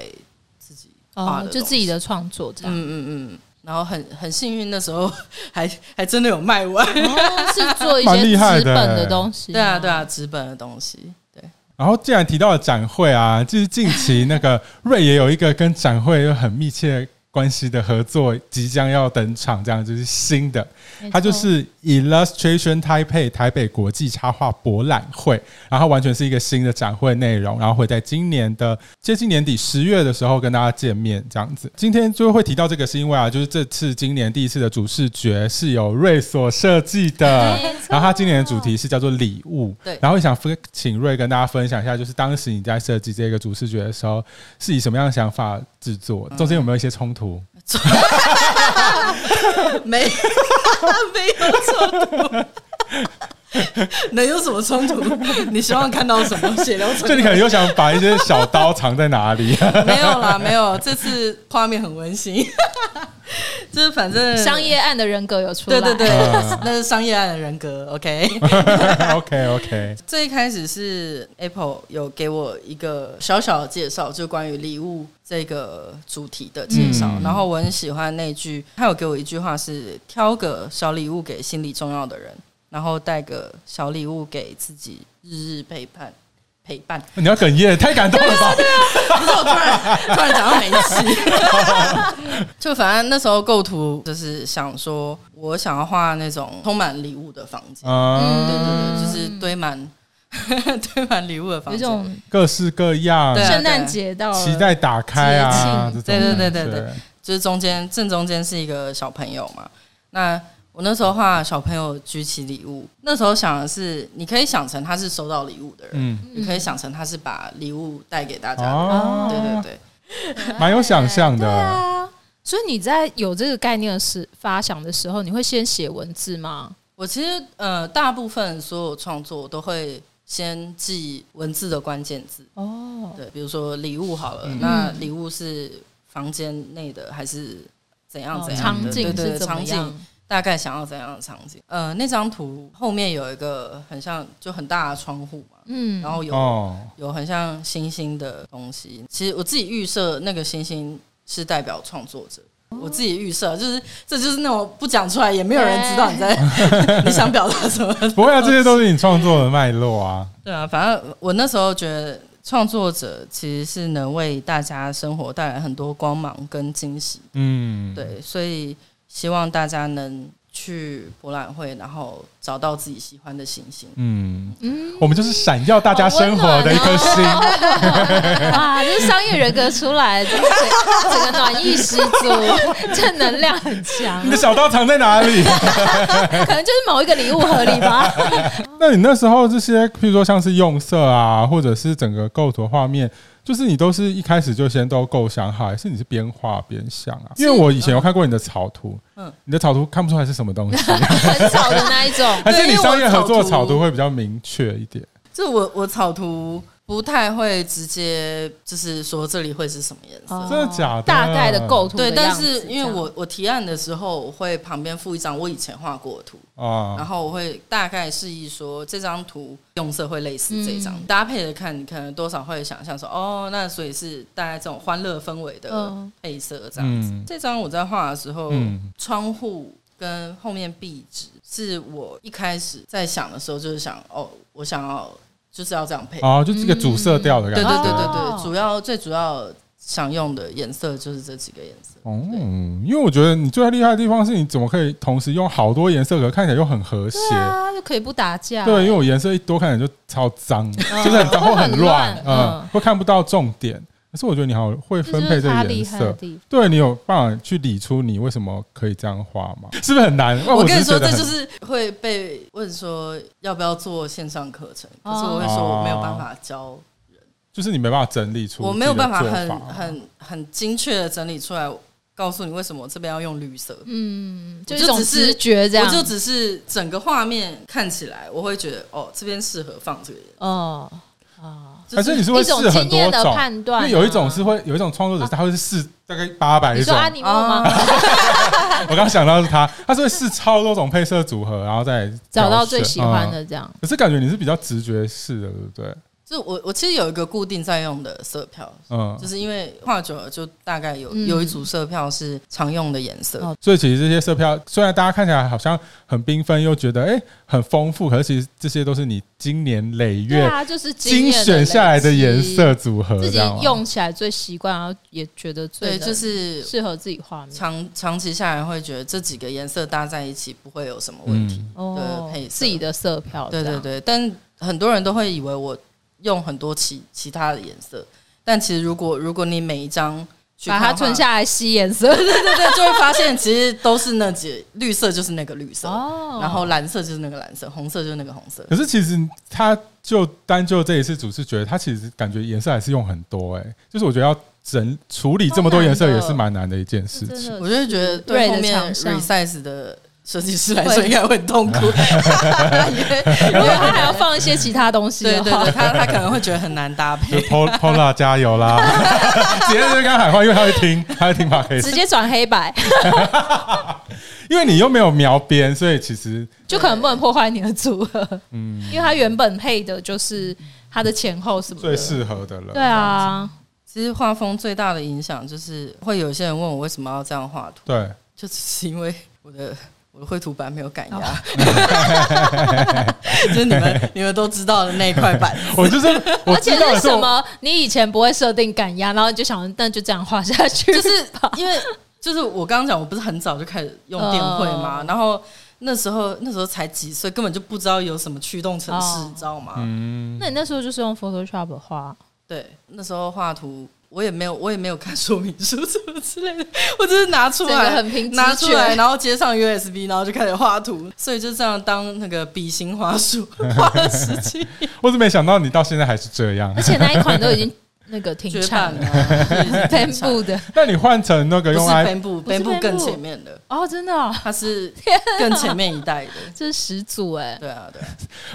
A: 自己画
B: 哦
A: 的、，
B: 就自己，的创作这样，
A: 嗯嗯嗯。然后很很幸运，那时候还还真的有卖完，
B: 哦是做一
C: 蛮
B: 些
C: 厉害的
B: 资本的东西。
A: 对啊对，啊，纸本的东西，对，
C: 然后既然提到了展会啊，就是近期 那个瑞也有一个跟展会有很密切关系的合作即将要登场，这样就是新的，
B: 没错
C: 它就是 Illustration Taipei 台北国际插画博览会，然后完全是一个新的展会内容，然后会在今年的接近年底十月的时候跟大家见面，这样子。今天就会提到这个，是因为啊，就是这次今年第一次的主视觉是由瑞所设计的
B: 没错，
C: 呃然后它今年的主题是叫做礼物，
A: 对
C: 然后想分请瑞跟大家分享一下，就是当时你在设计这个主视觉的时候，是以什么样的想法制作，中间有没有一些冲突？
A: 没没有冲突，能有什么冲突？你希望看到什么血流成河？
C: 就你可能又想把一些小刀藏在哪里？
A: 没有啦，没有，这次画面很温馨， 就是反正
B: 商，业案的人格有出来。
A: 对嗯对对
C: 嗯，
A: 那是商业案的人格，OK。
C: OK OK，
A: 最一开始是 Apple 有给我一个小小的介绍，就关于礼物这个主题的介绍。
C: 嗯
A: 然后我很喜欢那句，他有给我一句话是：挑个小礼物给心里重要的人，然后带个小礼物给自己，日日陪伴陪伴。
C: 你要哽咽，太感动了吧？
A: 啊不是我突然突然讲到没气， 就反正那时候构图就是想说，我想要画那种充满礼物的房间。对啊
C: 嗯，
A: 对对，就是堆满 堆满礼物的
B: 有
A: 房
B: 一
A: 间。
B: 种
C: 各式各样
A: 对，啊
B: 圣诞节到了，
C: 期待打开啊，
B: 节庆
C: 这种感觉
A: 对对对对对，就是中间正中间是一个小朋友嘛。那我那时候画小朋友举起礼物，那时候想的是，你可以想成他是收到礼物的人，
C: 嗯，
A: 你可以想成他是把礼物带给大家的人。
C: 哦，
A: 对对对，
C: 蛮有想象的
B: 对啊，所以你在有这个概念的时发想的时候，你会先写文字吗？
A: 我其实呃，大部分所有创作都会先记文字的关键字，
B: 哦，
A: 对，比如说礼物好
C: 嗯
A: 了，那礼物是房间内的还是怎样怎样的、
B: 哦场景
A: 对对
B: 是
A: 对
B: 怎么
A: 场景
B: 样？
A: 大概想要怎样的场景？呃，那张图后面有一个很像就很大的窗户嘛，
B: 嗯，
A: 然后有、
C: 哦，
A: 有很像星星的东西。其实我自己预设那个星星是代表创作者。我自己预设就是，这就是那种不讲出来也没有人知道你在 你想表达什么。
C: 不会啊，这些都是你创作的脉络啊，
A: 对啊，反正我那时候觉得创作者其实是能为大家生活带来很多光芒跟惊喜。
C: 嗯，
A: 对，所以希望大家能去博览会，然后找到自己喜欢的行星。
C: 嗯，
B: 嗯，
C: 我们就是闪耀大家生活的一颗星。
A: 啊
B: 哇，这商业人格出来，整个整个暖意十 足，正能量很强
C: 你，的小刀藏在哪 里？
B: 可能就是某一个礼物合理吧。
C: 那你那时候这些，譬如说像是用色啊，或者是整个构图画面，就是你都是一开始就先都构想好，还是你是边画边想啊？因为我以前有看过你的草图，嗯
A: 嗯，
C: 你的草图看不出来是什么东 西，
B: 很少的那一种。
C: 还是你商业合作的
A: 因为我
C: 草
A: 草
C: 图
A: 图
C: 会比较明确一点？
A: 就我我草图不太会直接就是说这里会是什么颜色。
B: 哦
C: 真的假的
B: 大概的构图的
A: 对，
B: 样
A: 但
B: 子
A: 是因为
B: 这样
A: 我我提案的时候，我会旁边附一张我以前画过的图，然
C: 啊，
A: 后我会大概示意说这张图用色会类似这张，
B: 嗯
A: 搭配着看，你可能多少会想象说，哦，那所以是大概这种欢乐氛围的
B: 嗯
A: 配色这样子。
C: 嗯
A: 这张我在画的时候，
C: 嗯
A: 窗户跟后面壁纸是我一开始在想的时候，就是想哦，我想要就是要这样配，
C: 哦，就这个主色调的感
A: 对
C: 觉，
A: 嗯对对对
B: 哦
A: 对，主要最主要想用的颜色就是这几个颜色。
C: 哦，因为我觉得你最厉害的地方是你怎么可以同时用好多颜色，可看起来又很和谐。
B: 对啊，就可以不打架。
C: 对，因为我颜色一多，看起来就超脏，
B: 嗯
C: 就是很脏或很乱
B: 会，很乱
C: 嗯
B: 嗯，
C: 会看不到重点。可是我觉得你好会
B: 这
C: 分
B: 就
C: 配
B: 是
C: 这
B: 他
C: 个
B: 厉
C: 颜
B: 害的
C: 色，
B: 地方。
C: 对你有办法去理出你为什么可以这样画吗？是不是很难？哇
A: 我跟你说，
C: 只觉得
A: 这就
C: 很
A: 是会被问说要不要做线上课程，可是
B: 哦
A: 我会说我没有办法
C: 哦
A: 教，
C: 就是你没办法整理出，
A: 我没有办法很。
C: 哦
A: 很很精确的整理出来，告诉你为什么这边要用绿色。
B: 嗯，就
A: 我
B: 一
A: 就
B: 种
A: 只是
B: 直觉这样。
A: 我就只是整个画面看起来，我会觉得哦，这边适合放这个人，
B: 哦哦，
A: 就
C: 还是你是会
B: 一
C: 试
B: 种
C: 很
B: 经
C: 多
B: 验的
C: 种，
B: 判
C: 因
B: 断啊。啊
C: 为有一种是会有一种创作者，他会是试大概八百
B: 你说啊阿尼
C: 种。哦
B: 莫吗？
A: 哦
C: 我刚想到是他，他是会试超多种配色组合，然后再
B: 找到
C: 挑
B: 最
C: 选
B: 喜欢。
C: 嗯
B: 的这样。
C: 可是感觉你是比较直觉式的，对不对？
A: 就我我其实有一个固定在用的色票，
C: 嗯
A: 就，是因为画久了就大概有
B: 嗯
A: 有一组色票是常用的颜色
B: 哦，
C: 所以其实这些色票虽然大家看起来好像很缤纷，又觉得哎、诶很丰富，可是其实这些都是你经年累
B: 对
C: 月
B: 啊，就是经
C: 精
B: 验的
C: 选下来的
B: 累积
C: 颜色，组合，
B: 自
C: 这
B: 己
C: 样吗啊
B: 用起来最习惯，然后也觉得最
A: 对，就
B: 能
A: 是
B: 适合自己画面。
A: 长长期下来会觉得这几个颜色搭在一起不会有什么问题。
C: 嗯，
B: 哦
A: 的配，色
B: 自己的色票，
A: 对对，对，但很多人都会以为我用很多其其他的颜色，但其实如果如果你每一张去
B: 把
A: 看哦
B: 它
A: 的话
B: 存，下来吸颜色。
A: 对对对，就会发现其实都是那几绿色就是那个绿色，
B: 哦
A: 然后蓝色就是那个蓝色，红色就是那个红色。
C: 可是其实他就单就这一次主视觉，他其实感觉颜色还是用很多、诶，哎，就是我觉得要整处理这么多颜色也是蛮难的一件事
B: 哎真
C: 情。
B: 的，
A: 我就会觉得
B: 瑞
A: 对
B: 的
A: 后面
B: 厂商
A: resize 的设计师来说应该会很痛苦，因为
B: 如果他还要放一些其他东西
A: 对
B: 的
A: 对
B: 话，
A: 对，他他可能会觉得很难搭
C: 就
A: 配。
C: Pol Pola 加油 啦！直接就跟他喊话，因为他会听，他会听 p o d
B: 直接转黑白，
C: 因为你又没有描边，所以其实
B: 就可能不能破坏你的组合。嗯，因为他原本配的就是它的前后什么
C: 最
B: 的。
C: 适合的了。
B: 对啊，
A: 其实画风最大的影响就是会有些人问我为什么要这样画图。
C: 对，
A: 就只是因为我的 我的绘图板没有赶压， 就是你们你们都知道的那一块板。
C: 我就是我
B: 而且
C: 知道
B: 是
C: 的时候
B: 什么？你以前不会设定赶压，然后你就想，那就这样画下去，嗯
A: 就是因为就是我刚刚讲，我不是很早就开始用电绘嘛，然后那时候那时候才几岁，根本就不知道有什么驱动程式，
B: 哦
A: 你知道吗？
C: 嗯，
B: 那你那时候就是用 Photoshop 画，
A: 对，那时候画图。我也没有，我也没有看说明书什么之类的，我只是拿出
B: 整个
A: 来
B: 很凭直觉
A: 拿出来，然后接上 USB，然后就开始画图，所以就这样当那个笔形滑鼠 画了十七年。
C: 我怎么没想到你到现在还是这样
B: 而？ 且那一款都已经那个停
A: 绝
B: 产
A: 版啊
B: 了，
A: 了，
B: 分布的
C: 那你换成那个
A: 不是
C: 用 i
A: 分布，
B: 不是
A: 分布
B: Bamboo
A: 更前面的，
B: 哦，真的哦、
A: 它是更前面一代的。
B: 这是始祖哎、
A: 对啊，对啊，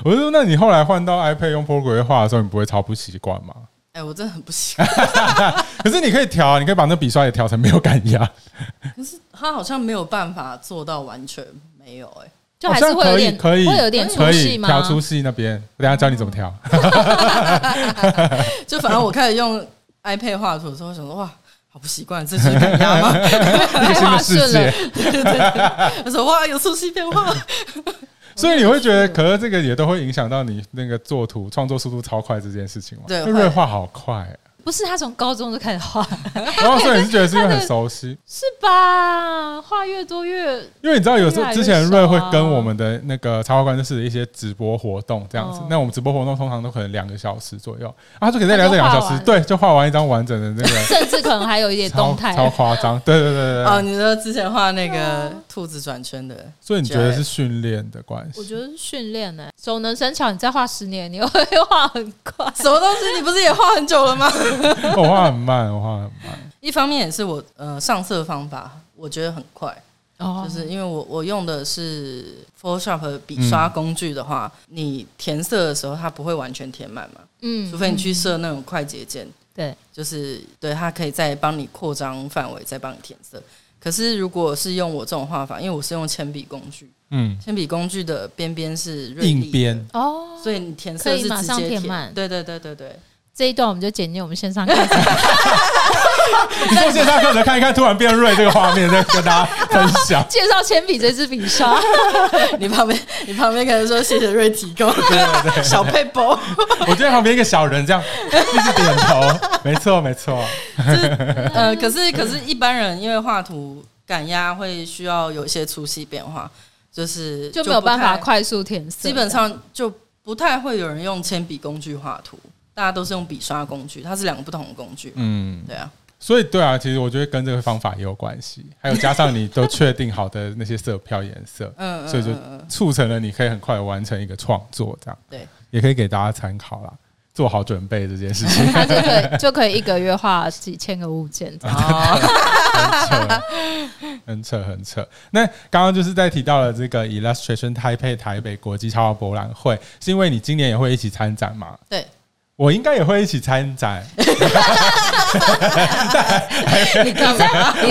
C: 我就说，那你后来换到 iPad 用 Procreate 画的时候，你不会超不习惯吗？
A: 哎，我真的很不喜欢。
C: 可是你可以调、啊，你可以把那笔刷也调成没有感啊压，
A: 可是它好像没有办法做到完全没有，哎，
B: 就还是会有点
C: 好像可以可以
B: 会有点出
C: 可
B: 戏
C: 以
B: 吗？嗯
C: 调出戏那边。我等一下教你怎么调。
A: 就反正我开始用 iPad 画图的时候，我想说哇。好不习惯，这就是感压吗？
B: 太
C: 新 的
B: 滑
C: 世
B: 顺了
C: 界，
A: 他说哇，有出戏变化，
C: 所以你会觉得，
B: 嗯
C: 可是这个也都会影响到你那个作图创作速度超快这件事情嘛？
A: 对
C: 因
A: 会
C: 为瑞画好快，
B: 不是他从高中就开始画，
C: 然后所以你是觉得是因为很熟悉，
B: 是吧？画越多越
C: 因为你知道有时
B: 越来越
C: 候之前瑞会
B: 熟啊
C: 跟我们的那个插画官就是一些直播活动这样子
B: 哦，
C: 那我们直播活动通常都可能两个小时左右，啊，他就可以再聊这两个小
B: 他
C: 时，
B: 就画完
C: 对，就画完一张完整的那 个，
B: 甚至可能还有一点
C: 超
B: 动态，
C: 超夸张，对对 对对啊
A: 哦，
C: 对，
A: 你说之前画那
B: 对
A: 个
B: 啊
A: 兔子转圈的，
C: 所以你觉得是训练的关
B: 我
C: 系？
B: 觉得是训练呢，熟能生巧。你再画十年，你会 画很快。
A: 什么东西？你不是也画很久了吗？
C: 我画很慢，我画很慢，
A: 一方面也是我呃上色方法，我觉得很快，
B: 哦
A: 就是因为我我用的是 Photoshop 的笔刷工具的话，你填色的时候它不会完全填满嘛，
B: 嗯
A: 除非你去
B: 嗯
A: 设那种快捷键，
B: 对
A: 就是对它可以再帮你扩张范围，再帮你填色。可是如果是用我这种画法，因为我是用铅笔工具，
C: 嗯，
A: 铅笔工具的边边是锐利的
C: 硬边，
B: 哦。
A: 所以你填色
B: 可以
A: 是
B: 马
A: 直
B: 上
A: 接
B: 填满
A: 对对对对对，
B: 这一段我们就剪进我们线上课程。
C: 你说线上课程看一看，突然变瑞这个画面，再跟大家分享
B: 。介绍铅笔这支笔刷，
A: 你旁边你旁边可能说谢谢瑞提 供，小配包，
C: 我觉得旁边一个小人这样一直点头，没错没错，
A: 呃，可是可是一般人因为画图赶压会需要有一些粗细变化，就是
B: 就没有办
A: 不
B: 法
A: 太
B: 快速填色。
A: 基本上就不太会有人用铅笔工具画图，大家都是用笔刷工具，它是两个不同的工具。
C: 嗯。
A: 对 啊，，
C: 所以对啊，其实我觉得跟这个方法也有关系，还有加上你都确定好的那些色票颜色
A: 嗯，嗯
C: 所以就
A: 嗯嗯
C: 促成了你可以很快完成一个创作，这样
A: 对，
C: 也可以给大家参考啦，做好准备这件事情。
B: 他就可以就可以一个月画几千个物件这样。
A: 哦，
C: 很扯，很扯，很扯。那刚刚就是在提到了这个 Illustration Taipei 台北国际插画博览会，是因为你今年也会一起参展嘛？
A: 对，
C: 我应该也会一起参展，
B: 你在你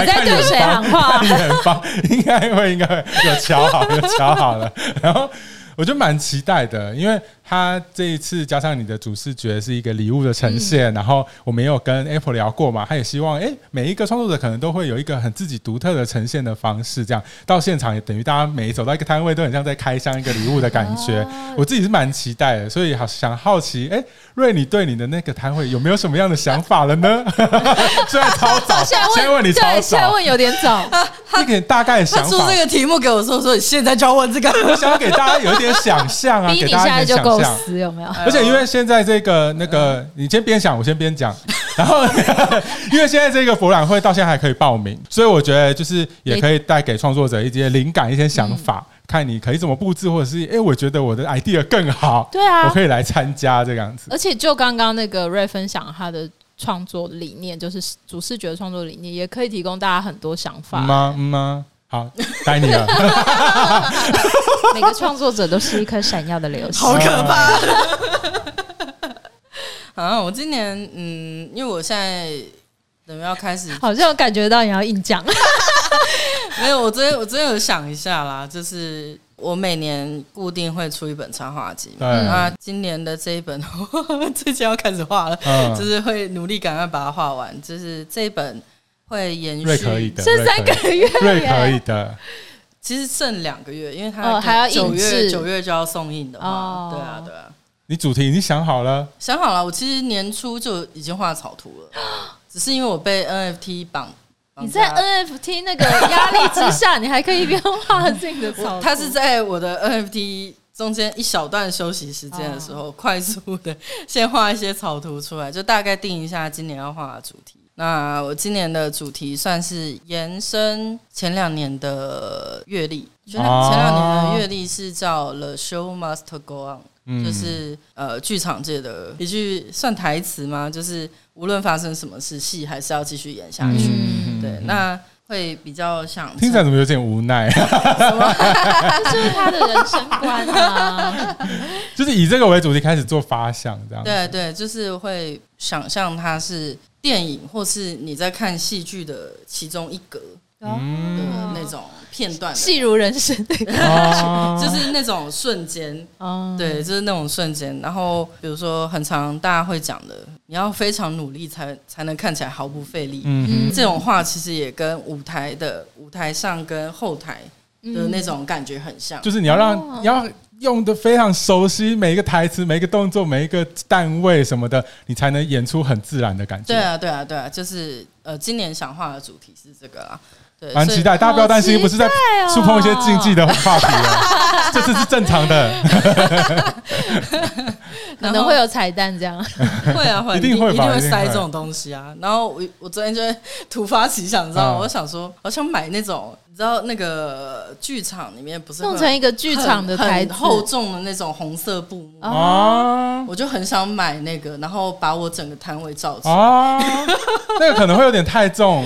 B: 在对谁喊话？
C: 远方应该会，应该会有瞧好，有瞧好了。然后我就蛮期待的，因为它这一次加上你的主视觉是一个礼物的呈
B: 嗯
C: 现，然后我们也有跟 Apple 聊过嘛，他也希望诶每一个创作者可能都会有一个很自己独特的呈现的方式，这样到现场也等于大家每走到一个摊位都很像在开箱一个礼物的感觉。
B: 哦
C: 我自己是蛮期待的，所以好想好奇，诶，瑞，你对你的那个摊位有没有什么样的想法了呢？ 虽然超早，
B: 哦现在
C: 先问你超
B: 对，
C: 早，
B: 现在问有点早。
C: 一点大概的
A: 他
C: 想
A: 出
C: 法，
A: 这个题目给我说，说你现在教我这
C: 我
A: 个，
C: 想要给大家有一点想象啊，
B: 逼
C: 给
B: 你
C: 大
B: 现
C: 家
B: 在
C: 一
B: 就嗯
C: 点
B: 构
C: 想象。
B: 思有没有？
C: 而且因为现在这个那个，你先边想，我先边讲。然后， 因为现在这个博览会到现在还可以报名，所以我觉得就是也可以带给创作者一些灵感、一些
B: 嗯
C: 想法，看你可以怎么布置，或者是哎、诶我觉得我的 idea 更好，
B: 对啊
C: 我可以来参加这个样子。
B: 而且就刚刚那个瑞分享他的创作理念，就是主视觉的创作理念，也可以提供大家很多想
C: 嗯
B: 法。
C: 吗？嗯吗？好，该你了。
B: 每个创作者都是一颗闪耀的流
A: 好
B: 星。
A: 可 怕。啊，我今年嗯，因为我现在等于要开始
B: 好像感觉到你要硬讲，
A: 没有，我昨天我昨天有想一下啦，就是我每年固定会出一本插画集嘛，
C: 对
A: 那今年的这一本 最近要开始画了，
C: 嗯
A: 就是会努力赶快把它画完，就是这一本会延
C: 瑞可以
A: 续，
C: 的，
B: 这三
C: 瑞可以
B: 个月
C: 瑞
B: 耶
C: 可以的。
A: 其实剩两个月，因为它
B: 哦还要
A: 九
B: 印
A: 月
B: 制
A: 九月就要送印的
B: 哦
A: 话，对啊对啊，
C: 你主题已经想好了，
A: 想好了，我其实年初就已经画草图了，只是因为我被 NFT 绑，绑
B: 你在
A: 架
B: NFT 那个压力之下，你还可以一边画自己的草图，
A: 他是在我的 NFT 中间一小段休息时间的时
C: 哦
A: 候，快速的先画一些草图出来，就大概定一下今年要画的主题。那我今年的主题算是延伸前两年的阅历，前两
C: 哦
A: 前两年的阅历是叫《The Show Must Go On》。
C: 嗯，
A: 就是呃，剧场界的一句算台词吗？就是无论发生什么事，戏还是要继续演下去。
B: 嗯
A: 对，那会比较想
C: 听起来怎么有点无奈？
B: 这就是他的人生观啊。
C: 就是以这个为主题开始做发想，这样子。
A: 对对，就是会想象它是电影，或是你在看戏剧的其中一格的
B: 嗯
A: 那种片段的，
B: 戏如人生那个，
C: 哦嗯
A: 就是那种瞬间，
B: 哦，
A: 对，就是那种瞬间。然后比如说，很常大家会讲的，你要非常努力才才能看起来毫不费力。
C: 嗯
A: 这种话其实也跟舞台的舞台上跟后台的
B: 嗯
A: 那种感觉很像。
C: 就是你要让、
B: 哦
C: 你要用的非常熟悉每一个台词、每一个动作、每一个段位什么的，你才能演出很自然的感觉。
A: 对啊，对啊，对啊，就是呃，今年想画的主题是这个啦。对，
C: 蛮
A: 所以
C: 期待，大家不要担心，不是在触碰一些禁忌
B: 的，
C: 的话题了，
A: 哦
C: 这次是正常的，
B: 可能会有彩蛋这样。
A: 会啊，会
C: 一定会吧
A: 一定会
C: 一定
A: 塞
C: 会
A: 这种东西啊。然后我我昨天就会突发奇想，你知道
C: 嗯
A: 吗？我想说，我想买那种，你知道那个剧场里面不是会有
B: 弄成一个剧场的
A: 很
B: 台
A: 很
B: 子
A: 厚重的那种红色布幕，
C: 啊
A: 我就很想买那个，然后把我整个摊位罩起来。
C: 啊，那个可能会有点太 重，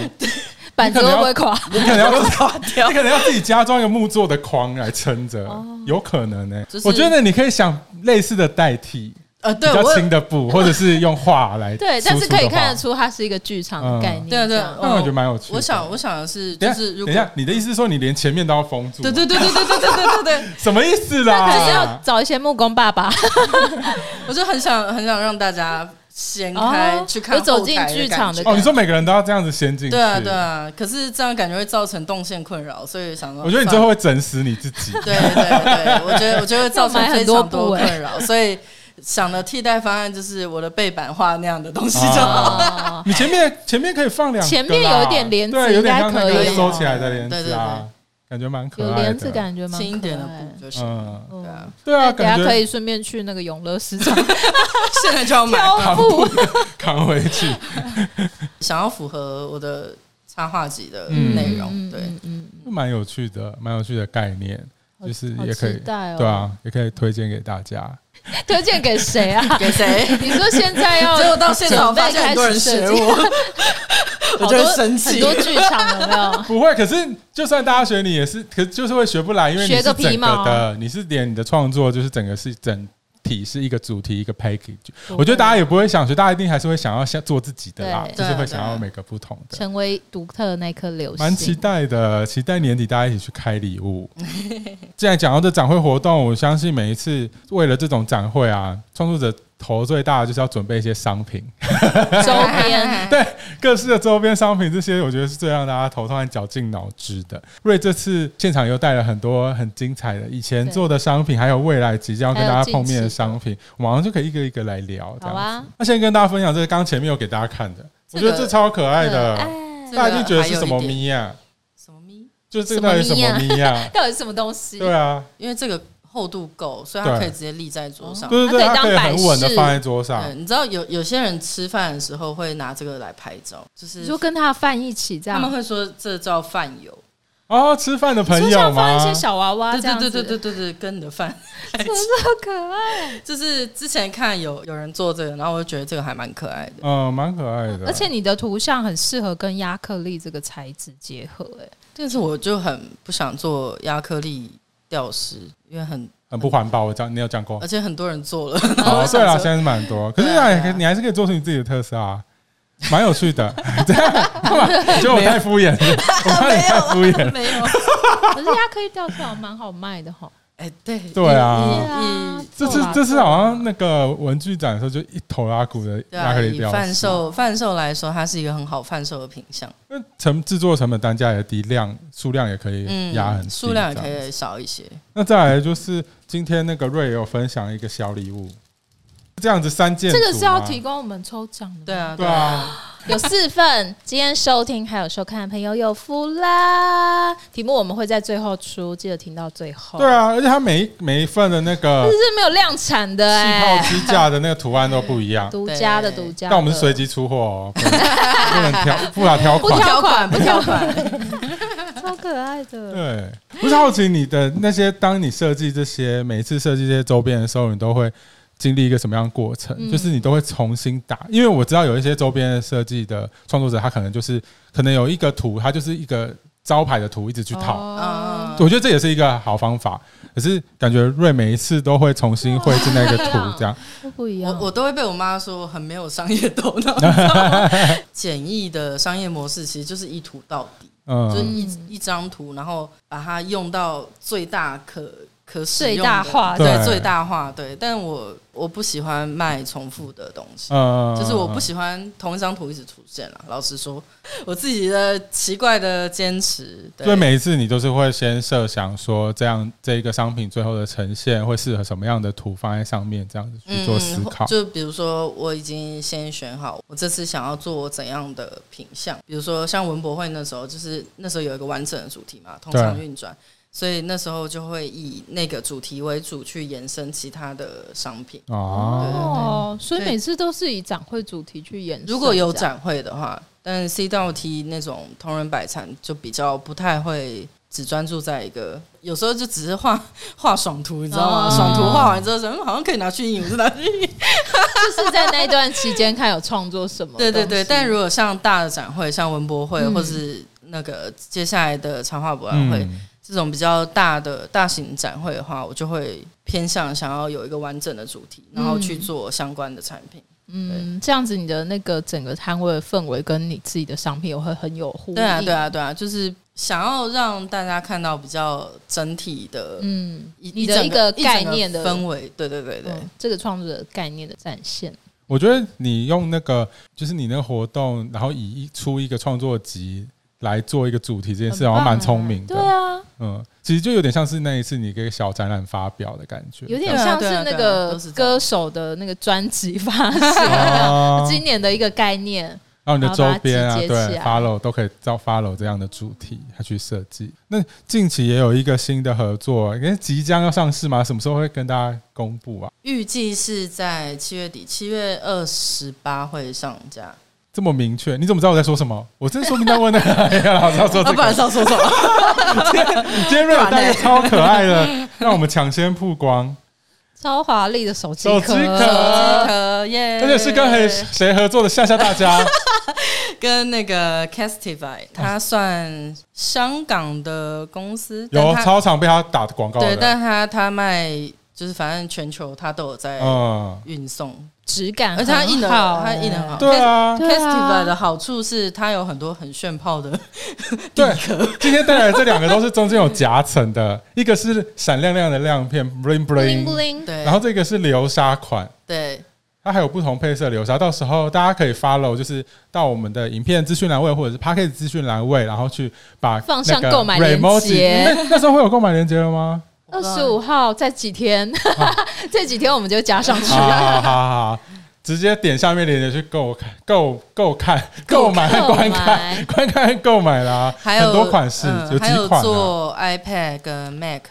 B: 板子会不会垮？
C: 你可能要自己
A: 垮掉
C: 你可能要自己加装一个木做的框来撑着
B: 哦，
C: 有可能呢
A: 就。是
C: 我觉得你可以想类似的代替，
A: 呃，
C: 比
A: 对，
C: 较
A: 我
C: 轻 的布，或者是用画来
B: 对，但是
C: 输出的
B: 可以看
C: 话
B: 得。出它是一个剧场
C: 嗯
B: 的概念。
A: 对
B: 这
A: 对
B: 样，
C: 那我觉得蛮有趣的
A: 我想我想的是，
C: 等一
A: 就
C: 下，
A: 是如
C: 等
A: 果
C: 一下，你的意思是说你连前面都要封住？
A: 对对对对对对对对对对。
C: 什么意思
B: 那可能要
C: 啦？
B: 找一些木工爸爸
A: 我就很想很想让大家掀开、
B: 哦
A: 去看，
B: 就走进剧场的
A: 的感
C: 哦，你说每个人都要这样子先进去？
A: 觉。对啊，对。啊，可是这样感觉会造成动线困扰，所以想说，
C: 我觉得你最后会整死你 自己。
A: 算了对对对，我觉得我觉得会造成非常
B: 要买很多部
A: 多
B: 欸
A: 困扰，所以想的替代方案就是我的背板画那样的东西
C: 啊
A: 就好。
B: 哦，
C: 你前面前面可以放两个啦，
B: 前面有一点帘子
C: 对，有点像那
B: 应
C: 个
A: 该可以
C: 收起来的帘子
A: 对对
C: 啊，感觉蛮可爱
B: 有
C: 的。
B: 帘子，感觉蛮
A: 轻一点的
B: 可爱
A: 布就行。
C: 嗯，
A: 对啊，
C: 对啊，
B: 那等下
C: 感
B: 可
C: 觉
B: 以顺便去那个永乐市场
A: 现在就要买，
B: 挑布，
C: 扛回去。
A: 想要符合我的插画集的
C: 嗯
A: 内容。
B: 嗯
A: 对，
B: 嗯嗯，
C: 蛮有趣的，蛮有趣的概念，
B: 嗯
C: 就是
B: 好
C: 也可以
B: 期，待哦。
C: 对，啊，也可以推荐给大家。
B: 推荐给谁啊？
A: 给谁？
B: 你说现在要
A: 结果到现场发现很多人学我， 我
B: 好
A: 就
B: 多
A: 会生
B: 很。
A: 气
B: 多剧场有没 有？
C: 不会，可是就算大家学你也是，可就是会学不来，因为你
B: 学
C: 是
B: 个皮
C: 整个
B: 毛
C: 的，你是连你的创作就是整个是整体是一个主题一个 package。我觉得大家也不会想学，大家一定还是会想要想做自己的啦，
B: 对
C: 就是
A: 对
C: 会
A: 啊
C: 想要每个不同的。
B: 成为独特的那颗流星，
C: 蛮期待的，期待年底大家一起去开礼 物。既然讲到这展会活动，我相信每一次为了这种展会啊，创作者头最大的就是要准备一些商品，
B: 周 边
C: 对各式的周边商品，这些我觉得是最让大家头痛和绞尽脑汁的。瑞这次现场又带了很多很精彩的以前做的商品，还有未来即将要跟大家碰面的商品，我马上就可以一个一个来聊。这
B: 好
C: 样
B: 啊，
C: 子，那先跟大家分享这个，刚前面有给大家看的，我
A: 这
C: 觉
A: 个
C: 得这超可爱的，
B: 哎
A: 这
C: 大家一定觉得
A: 还
C: 是
A: 有
C: 什
A: 一
C: 么
A: 点
C: 咪呀、
A: 什么咪？
C: 就是这个到底什么咪呀、
B: 到底是什么东西？
C: 对啊，
A: 因为这个厚度够，所以它
C: 对
A: 可以直接立在桌上。
C: 对对啊
B: 它
C: 对，它
B: 可
C: 可
B: 以
C: 以
B: 当
C: 很稳的
B: 摆饰
C: 放在桌上。
A: 对，你知道有有些人吃饭的时候会拿这个来拍照，就
B: 你
A: 是
B: 说跟他的饭一起这
A: 他
B: 样
A: 们，会说这叫饭友。
C: 哦，吃饭的朋
B: 你说
C: 友
B: 像放
C: 吗
B: 一？些小娃娃
A: 对
B: 啊这
A: 对
B: 样子，
A: 对对对对对，跟你的饭。
B: 真的好可爱。哦
A: 就是之前看有有人做这个，然后我就觉得这个还蛮可爱的。
C: 嗯，蛮可爱的。
B: 而且你的图像很适合跟亚克力这个材质结合、 哎，
A: 但是我就很不想做亚克力吊饰，因为很
C: 很嗯不环保，我讲你有讲过
A: 而。且很多人做了。
C: 哦，对
A: 想
C: 啦，
A: 说
C: 现在是蛮多，可是
A: 对啊
C: 你
A: 对
C: 还
A: 啊
C: 你还是可以做出你自己的特色啊，蛮有趣的。 这样干嘛？你觉得我太敷衍了？我怕 你太敷衍了。
A: 没有。
B: 可是亚克力吊饰好像蛮好卖的哈。
A: 哎，对
C: 对啊
A: 以
B: 对啊
A: 以
C: 哦这
B: 做
C: 次
B: 啦
C: 这次
B: 做啦
C: 好像那个文具展的时候，就一头拉骨的
A: 对
C: 亚
A: 啊，
C: 克力
A: 以
C: 雕饰
A: 贩售贩售来说，它是一个很好贩售的品相。
C: 那成制作成本单价也低，量数量也可以压很低，
A: 嗯数量也
C: 这
A: 可
C: 样子
A: 以少一些。
C: 那再来就是今天那个瑞有分享一个小礼物，这样子三件
B: 这个是要
C: 组吗
B: 提供我们抽奖的，
A: 对，啊，
C: 对
A: 啊，
C: 啊，
B: 有四份。今天收听还有收看的朋友有福啦！题目我们会在最后出，记得听到最后。
C: 对，啊，而且它每一每一份的那个
B: 这是没有量产的
C: 气
B: 哎、
C: 泡支架的那个图案都不一样，
B: 独家的
A: 对
B: 独家的。
C: 但我们是随机出货哦，不能不能挑不法挑
B: 不
C: 款。
B: 条款
A: 不条款，
B: 超可爱的。
C: 对，不是好奇你的那些，当你设计这些每一次设计这些周边的时候，你都会经历一个什么样的过程？
B: 嗯
C: 就是你都会重新打，因为我知道有一些周边的设计的创作者，他可能就是可能有一个图，他就是一个招牌的图一直去套。
B: 哦
A: 嗯，
C: 我觉得这也是一个好方法，可是感觉瑞每一次都会重新绘制那个图，这样
B: 都不一样。
A: 我我都会被我妈说很没有商业头脑。你知道吗简易的商业模式其实就是一图到底，就是
C: 嗯，
A: 一一张图，然后把它用到最大可可使
B: 最
A: 用
B: 大
A: 的
B: 化
C: 对
A: 对最大化对，但我我不喜欢卖重复的东西，
C: 呃，
A: 就是我不喜欢同一张图一直出现啊了。老实说，我自己的奇怪的坚持，对
C: 所以每一次你都是会先设想说，这样这一个商品最后的呈现会适合什么样的图放在上面，这样子去做思考。
A: 嗯就比如说，我已经先选好我这次想要做怎样的品相，比如说像文博会那时候，就是那时候有一个完整的主题嘛，通常运转，所以那时候就会以那个主题为主去延伸其他的商品。
C: 哦，
B: 哦，所以
A: 对
B: 每次都是以展会主题去演。
A: 如果有，展会的话，但 C 到 T 那种同人摆摊就比较不太会。只专注在一个，有时候就只是画画爽图，你知道吗？
B: 哦
A: 爽图画完之后，什么好像可以拿去印，我是拿去印。
B: 就是在那一段期间看有创作什么。
A: 对对对，但如果像大的展会，像文博会，
B: 嗯
A: 或是那个接下来的长画博览会、
C: 嗯，
A: 这种比较大的大型展会的话，我就会偏向想要有一个完整的主题，然后去做相关的产品。
B: 嗯，这样子你的那个整个摊位的氛围跟你自己的商品也会很有呼应。
A: 对啊，对，啊，对啊，就是想要让大家看到比较整体的。
B: 嗯，
A: 一
B: 你的
A: 一
B: 一
A: 整个
B: 个概念
A: 一
B: 的
A: 整个氛围，对对对对，
B: 嗯这个创作者概念的展现。
C: 我觉得你用那个就是你那个活动，然后以一出一个创作集来做一个主题这件事，好像蛮聪明的。
B: 对啊，
C: 嗯，其实就有点像是那一次你给小展览发表的感觉，
B: 有点像是
A: 对啊
B: 那
A: 对啊
B: 个
A: 都是这样
B: 歌手的那个专辑发行
C: 哦
B: 的今年的一个概念。
C: 然后你的周边
B: 然
C: 啊，
B: 后把它集结起
C: 对
B: 来
C: ，follow 都可以照 follow 这样的主题，它去设计。那近期也有一个新的合作，因为即将要上市嘛，什么时候会跟大家公布啊？
A: 预计是在七月底，七月二十八会上架。
C: 这么明确，你怎么知道我在说什么？我真的说明在问的， 哎呀，老师要说
A: 啊，
C: 这
A: 不然
C: 个。
A: 是要说 什么？
C: 今天瑞友带一个超可爱的，让我们抢先曝光，
B: 超华丽的手机
C: 手机壳
A: 可
B: 呃
A: 耶！
C: 而且是跟谁谁合作的？吓吓 大家！
A: 跟那个 Castify，它算香港的公司，
C: 有
A: 但它
C: 超常被他打广告
A: 对，
C: 的，
A: 但它它卖就是反正全球它都有在
C: 嗯，
A: 运送，
B: 质感
A: 而
B: 很
A: 且
B: 好
A: 它
B: 欸，
A: 印的它印的很好。
C: 对啊，
B: 对啊
A: Castify 的好处是它有很多很炫炮的，
C: 对，今天带来的这两个都是中间有夹层的，一个是闪亮亮的亮片 bling
B: bling
C: bling，
B: bling，
A: 对，
C: 然后这个是流沙款，
A: 对
C: 它还有不同配色的流沙，到时候大家可以 follow，就是到我们的影片资讯栏位或者是 p a c k e t 资讯栏位，然后去把
B: 放上
C: 那个
B: 购买链
C: Remoji-
B: 接
C: 那那时候会有购买链接了吗？
B: 二十五号在几天，
C: 啊
B: 这几天我们就加上去
C: 好好好好好，直接点下面链接去购看购购看购买和
B: 购
C: 观看
B: 买
C: 观看和购买啦，
A: 还有
C: 很多款式，
A: 嗯
C: 有
A: 还
C: 几
A: 有
C: 款、啊。
A: 做 iPad 跟 Mac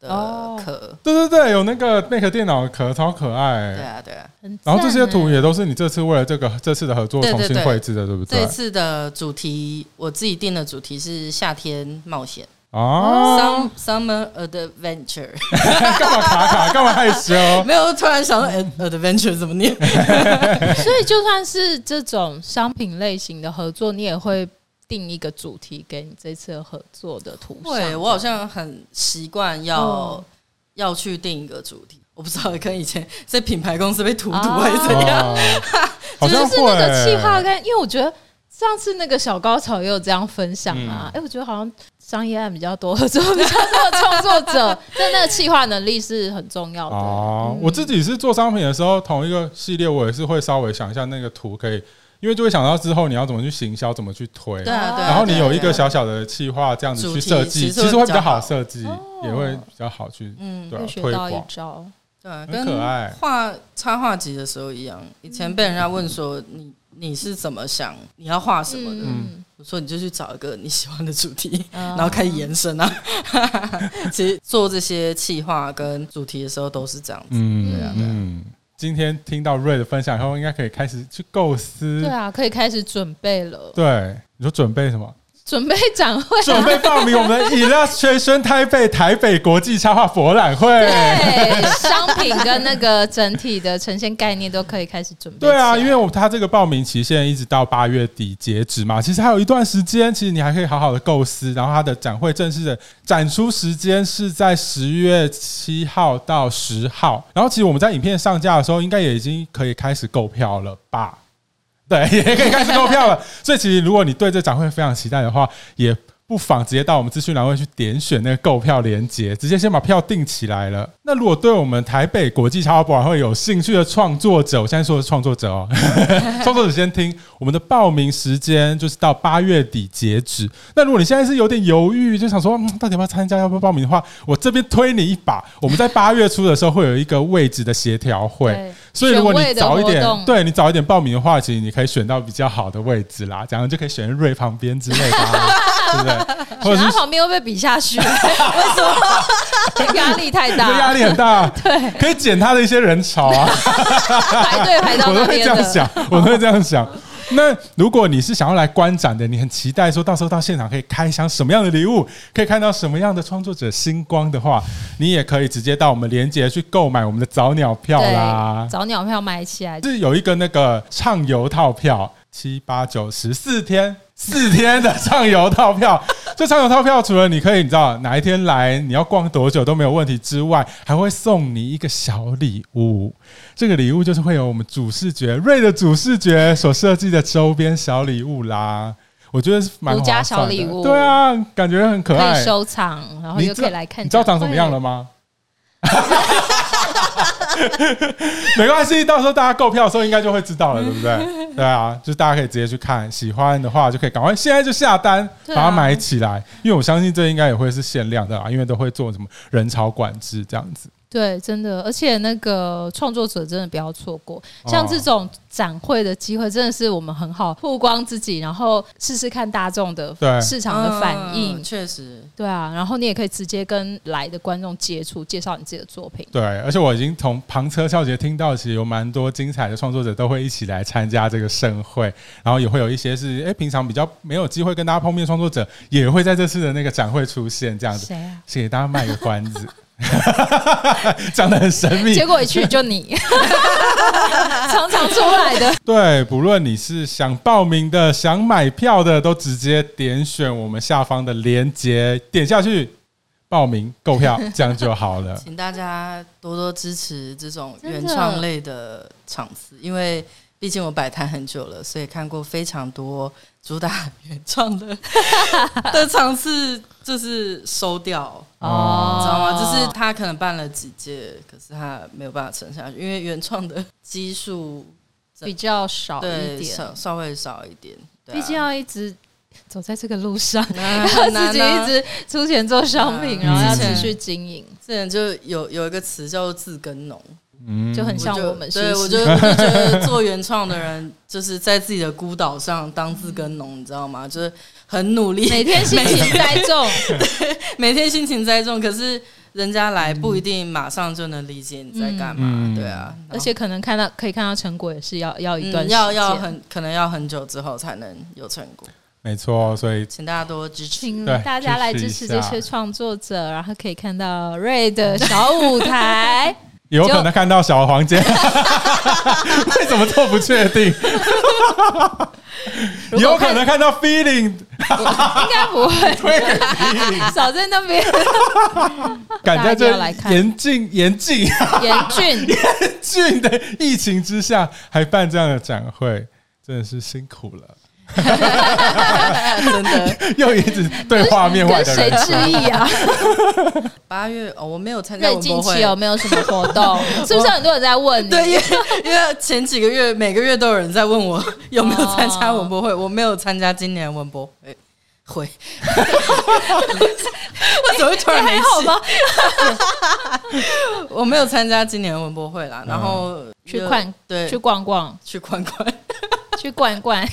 A: 的
B: 哦
A: 壳，
C: 对对对，有那个 Mac 电脑壳超可爱、
A: 对啊对啊。
B: 很
C: 然后这些
B: 赞欸
C: 图也都是你这次为了这个这次的合作
A: 对
C: 重
A: 对
C: 新
A: 对
C: 绘制的，对不
A: 这
C: 对？
A: 次的主题我自己定的主题是夏天冒险。
C: 啊，
A: Some summer adventure，
C: 干嘛卡卡？干嘛害 羞？
A: 没有突然想到 ad- adventure 怎么念？
B: 欸所以就算是这种商品类型的合作，你也会定一个主题给你这次合作的图像。
A: 对我好像很习惯要、
B: 哦
A: 要去定一个主题，我不知道跟以前在品牌公司被荼毒
B: 哦
A: 还是怎 样。
C: 哇好
B: 就
C: 像
B: 是
C: 会
B: 那个企划
C: 欸。
B: 跟，因为我觉得上次那个小高潮也有这样分享啊。
C: 嗯
B: 哎、我觉得好像商业案比较多合 作，比较多的创作者，但那个企划能力是很重要的。
C: 哦，我自己是做商品的时候，同一个系列我也是会稍微想一下那个图可以，因为就会想到之后你要怎么去行销，怎么去推。
A: 对啊，对啊。
C: 然后你
A: 对啊
C: 有一
A: 对
C: 个
A: 啊
C: 小小的企划，这样子
A: 主
C: 去
A: 题
C: 设
B: 嗯
C: 计，
A: 其实
C: 其实会
A: 会
C: 比
A: 比
C: 较
A: 较
C: 好
A: 好
C: 设计，也会比较
B: 哦
C: 好去
A: 嗯，
C: 对啊
B: 又
C: 推
B: 学到一
C: 广。
B: 招，
A: 对啊，
C: 很可爱
A: 跟画插画集的时候一样，以前被人家问说你你是怎么想，你要画什么的，
B: 嗯，
A: 我说你就去找一个你喜欢的主题，
B: 然
A: 然后开始延伸啊。 其实做这些企划跟主题的时候都是这样子。
C: 嗯
B: 对啊
A: 对啊
C: 嗯，今天听到瑞的分享以后，应该可以开始去构思。
B: 对啊，可以开始准备了，
C: 对你说准备什 么？
B: 准备展会啊、
C: 准备报名我们的 Illustration 台北台北国际插画博览会。
B: 对，商品跟那个整体的呈现概念都可以开始准备起来。
C: 对啊，因为我它这个报名期限一直到八月底截止嘛，其实还有一段时间，其实你还可以好好的构思。然后它的展会正式的展出时间是在十月七号到十号。然后其实我们在影片上架的时候，应该也已经可以开始购票了吧？对，也可以开始购票了。所以其实如果你对这展会非常期待的话，也。不妨直接到我们资讯栏位去点选那个购票链接，直接先把票订起来了。那如果对我们台北国际插画博览会有兴趣的创作者，我现在说的是创作者哦， 创作者先听，我们的报名时间就是到八月底截止。那如果你现在是有点犹豫，就想说、嗯、到底要不要参加，要不要报名的话，我这边推你一把。我们在八月初的时候会有一个位置的协调会，
B: 对
C: 所以如果
B: 选
C: 你
B: 位的
C: 早一点
B: 活，动
C: 对你早一点报名的话，其实你可以选到比较好的位置啦，这样就可以选瑞旁边之类的、 啊，对不对？或
B: 选
C: 者
B: 他
C: 是
B: 旁边会被比下 去，为什么？压力太
C: 这
B: 大，
C: 压力很大，对，可以减他的一些人潮啊。
B: 排队排到
C: 我都
B: 那
C: 会这
B: 边
C: 样
B: 的。
C: 想，我都会这样想。那如果你是想要来观展的，你很期待说到时候到现场可以开箱什么样的礼物，可以看到什么样的创作者星光的话，你也可以直接到我们连接去购买我们的早鸟票啦
B: 对，。早鸟票买起来，
C: 是有一个那个畅游套票，七八九十四天，四天的畅游套票。 这畅游套票除了你可以你知道哪一天来，你要逛多久都没有问题之外，还会送你一个小礼物。这个礼物就是会有我们主视觉瑞的主视觉所设计的周边小礼物啦。我觉得是蛮
B: 独家
C: 划算的
B: 小礼物
C: 对啊，感觉很可
B: 可
C: 爱
B: 以。收藏，然后
C: 你
B: 又
C: 知
B: 哦可
C: 道
B: 以来看。
C: 你知道长什么样了？吗？ 没关系，到时候大家购票的时候应该就会知道了，对不 对？对啊，就大家可以直接去看，喜欢的话就可以赶快现在就下单，把
B: 对啊
C: 它买起来，因为我相信这应该也会是限量的啦，因为都会做什么人潮管制这样子。
B: 对，真的，而且那个创作者真的不要错过，像
C: 哦
B: 这种展会的机会，真的是我们很好曝光自己，然后试试看大众的
C: 对
B: 市场的反应
A: 嗯。确实，
B: 对啊，然后你也可以直接跟来的观众接触，介绍你自己的作品。
C: 对，而且我已经从旁车小姐听到，其实有蛮多精彩的创作者都会一起来参加这个盛会，然后也会有一些是哎、诶平常比较没有机会跟大家碰面的创作者，也会在这次的那个展会出现这样子。
B: 谁啊？
C: 先给大家卖个关子， 讲的很神秘
B: 结。果一去就你， 常常出来的。
C: 对，不论你是想报名的、想买票的，都直接点选我们下方的链接，点下去报名购 票，这样就好了。
A: 请大家多多支持这种
B: 真的
A: 原创类的场次，因为毕竟我摆摊很久了，所以看过非常多主打 原创的的场次，就是收掉，
C: 哦
A: 你知道吗？就是
B: 哦
A: 他可能办了几届，可是他没有办法撑下去，因为原创的基数
B: 比较少一
A: 对
B: 点，
A: 稍稍微少一点，对啊
B: 毕竟要一直走在这个路 上，
A: 那
B: 要
A: 很难啊
B: 自己一直出钱做商品，
A: 嗯
B: 然后要持
A: 嗯
B: 续经营，
A: 之前就有有一个词叫做自耕农，
C: 嗯
B: 就很像
A: 就
B: 我们是
A: 对我就 我就觉得做原创的人，就是在自己的孤岛上当自耕农，你知道吗？就是很努力，
B: 每天心情栽种，
A: 嗯每天心情栽种，可是人家来不一定马上就能理解你在干嘛，
C: 嗯
A: 对啊，
B: 而且可能看到可以看到成果也是要要一段
A: 嗯
B: 时间
A: 要要很可能要很久之后才能有成果，
C: 没错，所以
A: 请大家多支持。
B: 请
C: 对
B: 大家来支
C: 支持
B: 持
C: 一下
B: 这些创作者，然后可以看到瑞
A: 嗯
B: 的小舞台。
C: 有可能看到小黄间， 为什么都不确定？
B: 如
C: 有
B: 果
C: 可
B: 看
C: 能看到 feeling
B: 应该不会，
C: 推给 feeling，
B: 少在那 边
C: 敢
B: 大家
C: 在
B: 一定
C: 这
B: 要来看
C: 严禁严禁。
B: 严峻。
C: 俊的疫情之下还办这样的展会，真的是辛苦了。
A: 真的，
C: 又一直对画面外
B: 跟
C: 的
B: 谁
C: 人
B: 致意 啊？
A: 八月哦，我没有参加
B: 瑞
A: 文
B: 近
A: 博
B: 期
A: 会。
B: 有没有什么活动？ 是不是很多人在问你？
A: 对，因为因为前几个月每个月都有人在问 我有没有参加
B: 哦哎
A: 文博会，我没有参加今年文博会。会， 我怎么会突然没
B: 还好
A: 事？
B: 吗？
A: 我没有参加今年文博会啦，然后
B: 去
A: 就
B: 逛
A: 对
B: 去逛 逛，
A: 去逛逛，
B: 去逛逛。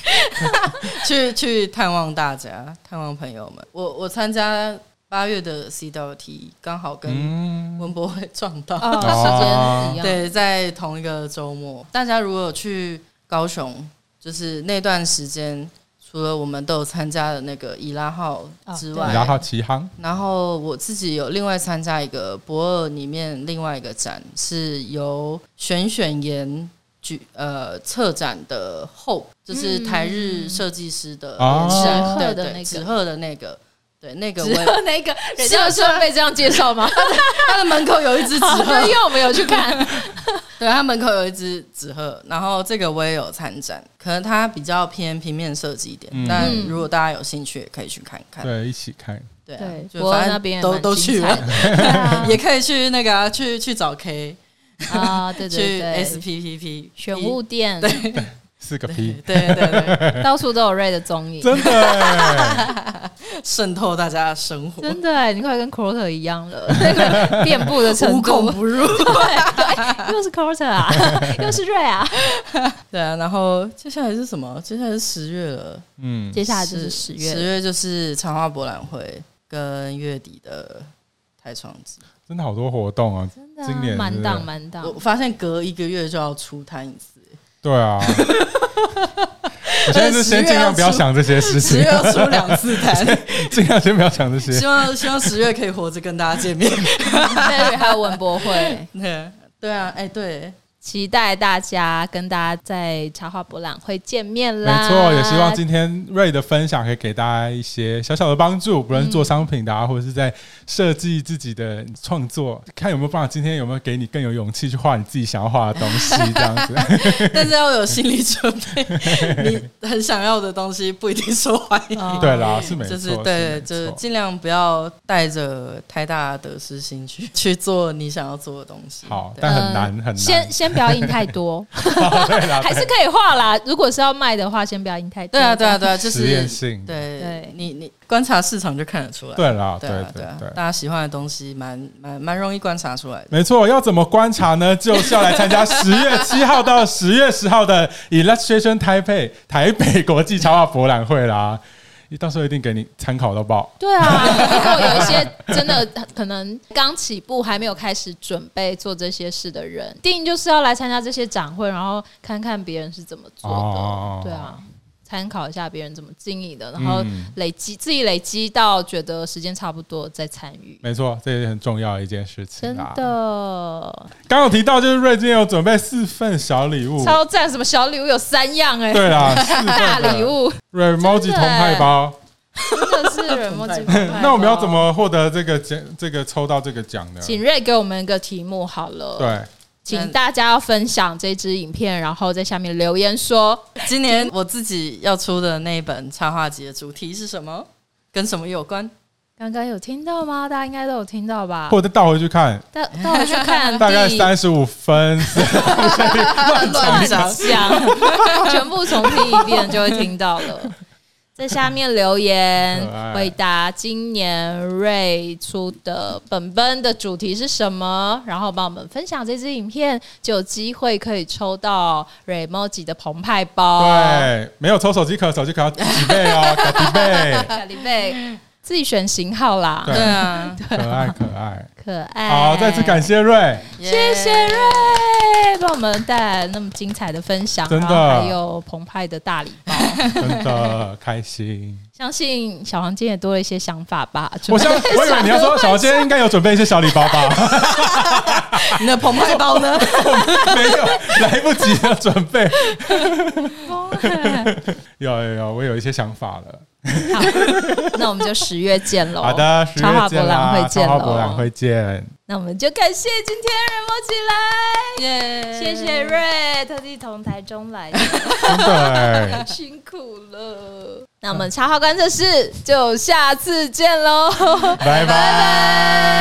A: 去去探望大家，探望朋友们。我我参加八月的 CWT，刚好跟
C: 嗯，
A: 文博会撞到，
B: 哦，时间一样。，
A: 对，在同一个周末，大家如果有去高雄，就是那段时间，除了我们都有参加的那个伊拉号之外，
B: 对
C: 然后齐航
A: 然后我自己有另外参加一个博尔里面另外一个展，是由玄选研举呃策展的后，就是台日设计师的
C: 嗯
A: 联
C: 哦
A: 展
B: 纸鹤的那个
A: 对对纸鹤的那个对，那个
B: 只
A: 我也
B: 有那个人
A: 是
B: 家
A: 啊
B: 有设备这样介绍吗？
A: 他的门口有 一只 啊纸鹤，
B: 因为我们有去看，
A: 对他门口有一只纸鹤，然后这个我也有参展，可能它比较偏平面设计一点，
C: 嗯
A: 但如果大家有兴趣，也可以去看看。
C: 对，一起看。
A: 对啊
B: 对，
A: 就
B: 博
A: 反
B: 恩
A: 正
B: 那边也
A: 都
B: 蛮
A: 都去
B: 精彩
A: 了，
B: 的
A: 也可以去那个啊、去去找 K，
B: 啊，对对
A: 去
B: 对，
A: SPPP
B: 玄物店
C: 四个
A: 对
C: P，
A: 对对 对，
B: 到处都有 Ray 的踪影，
C: 真的欸
A: 渗透大家的生活，
B: 真的欸，你快跟 Quarter 一样了， 那个遍布的程
A: 无孔
B: 度，
A: 不入。
B: 对，又是 Quarter 啊， 又是 Ray 啊，
A: 对啊，然后接下来是什么？接下来是十月了，
C: 嗯，
B: 接下来就是十月
A: 十
B: 了，
A: 月就是长花博览会跟月底的台创季。
C: 真的好多活动啊！
B: 真的啊
C: 今年
B: 满
C: 是
B: 档满档
A: 我， 发现隔一个月就要出摊一次，
C: 对啊，我现在是先尽量不要想这些事
A: 十
C: 情
A: 月，要出两次摊，
C: 尽量先不要想这些
A: 希。望希望十月可以活着跟大家见面。
B: Mary 还有文博会，
A: 对对啊，哎、对，
B: 期待大家跟大家在茶花博览会见面
C: 没
B: 啦，
C: 错，也希望今天瑞的分享可以给大家一些小小的帮助，不论是做商品的、啊，或者是在设计自己的创作，看有没有办法，今天有没有给你更有勇气去画你自己想要画的东西，这样子。
A: 但是要有心理准备，你很想要的东西不一定受欢迎。
B: 哦
C: 对啦，是没错，
A: 就是对，
C: 没错
A: 就是尽量不要带着太大的得失心去去做你想要做的东西。
C: 好，
A: 对
C: 但很难
B: 呃
C: 很难。
B: 先先不要印太 多，
C: 对啦，
B: 还是可以画啦。如果是要卖的话，先不要印太多。
A: 对啊，对啊，
B: 这样，
A: 对啊，就
C: 实验
A: 是
C: 性，
A: 对
B: 对
A: 你你观察市场就看得出来。
C: 对啦，对
A: 对啊，
C: 对
A: 啊
C: 对，
A: 大家喜欢的东西蛮蛮蛮容易观察出来的。
C: 没错，要怎么观察呢？就是要来参加十月七号到十月十号的 Illustration 台北台北国际插画博览会啦，到时候一定给你参考到爆。
B: 对啊。如果有一些真的可能刚起步还没有开始准备做这些事的人，一定就是要来参加这些展会，然后看看别人是怎么做的。
C: 哦
B: 对啊，参考一下别人怎么经营的，然后
C: 嗯
B: 累积、自己累积到觉得时间差不多再参与。
C: 没错，这也很重要的一件事情
B: 真
C: 啦。
B: 的
C: 刚刚有提到，就是瑞今天有准备四份小礼物，
B: 超赞！什么小礼物有三样哎、
C: 对啊啦，四份
B: 大
C: 的
B: 礼物
C: 瑞 emoji
B: 真的
C: 同派包。
B: 真的是人莫 及
C: 啊那我们要怎？么获得这个奖？这个抽到这个奖呢？
B: 请瑞给我们一个题目好了，，
C: 对，
B: 请大家要分享这支影片，然后在下面留言说
A: 今年我自己要出的那一本插画集的主题是什么？跟什么有关？
B: 刚刚有听到吗？大家应该都有听到吧？
C: 或者倒回去看，
B: 带带我去 看，
C: 大概三十五分。
A: 乱讲
B: 讲，全部重听一遍就会听到了。在下面留言
C: 可爱
B: 回答今年瑞出的本本的主题是什么，然后帮我们分享这支影片，就有机会可以抽到瑞 emoji 的澎湃包。
C: 对，没有抽手机壳，手机壳要几倍哦，搞几倍，
B: 小李贝自己选型号啦，
C: 对
A: 对啊，
C: 可爱可爱。
B: 可爱。
C: 好，再次感，谢瑞，
B: 谢谢
A: 耶
B: 瑞帮我们带来那么精彩的分享，
C: 真的
B: 然后还有澎湃的大礼包。
C: 真的开心。
B: 相信小黄今天也多了一些想法吧？
C: 我想，我以为你要说 小杰应该有准备一些小礼包吧，
A: 你的澎湃 包呢？
C: 没有，来不及了，准备。有有有，我有一些想法了。
B: 好，那我们就十月见喽。
C: 好的，十
B: 插
C: 月
B: 画
C: 见
B: 博
C: 啦，
B: 览会见
C: 插画博览
B: 喽。
C: 会见，
B: 那我们就感谢今天人摸起来，谢
A: 耶
B: 谢瑞特地从台中 来，
C: 真的欸。
B: 辛苦了。那我们插画观测室就下次见喽，
C: 拜拜。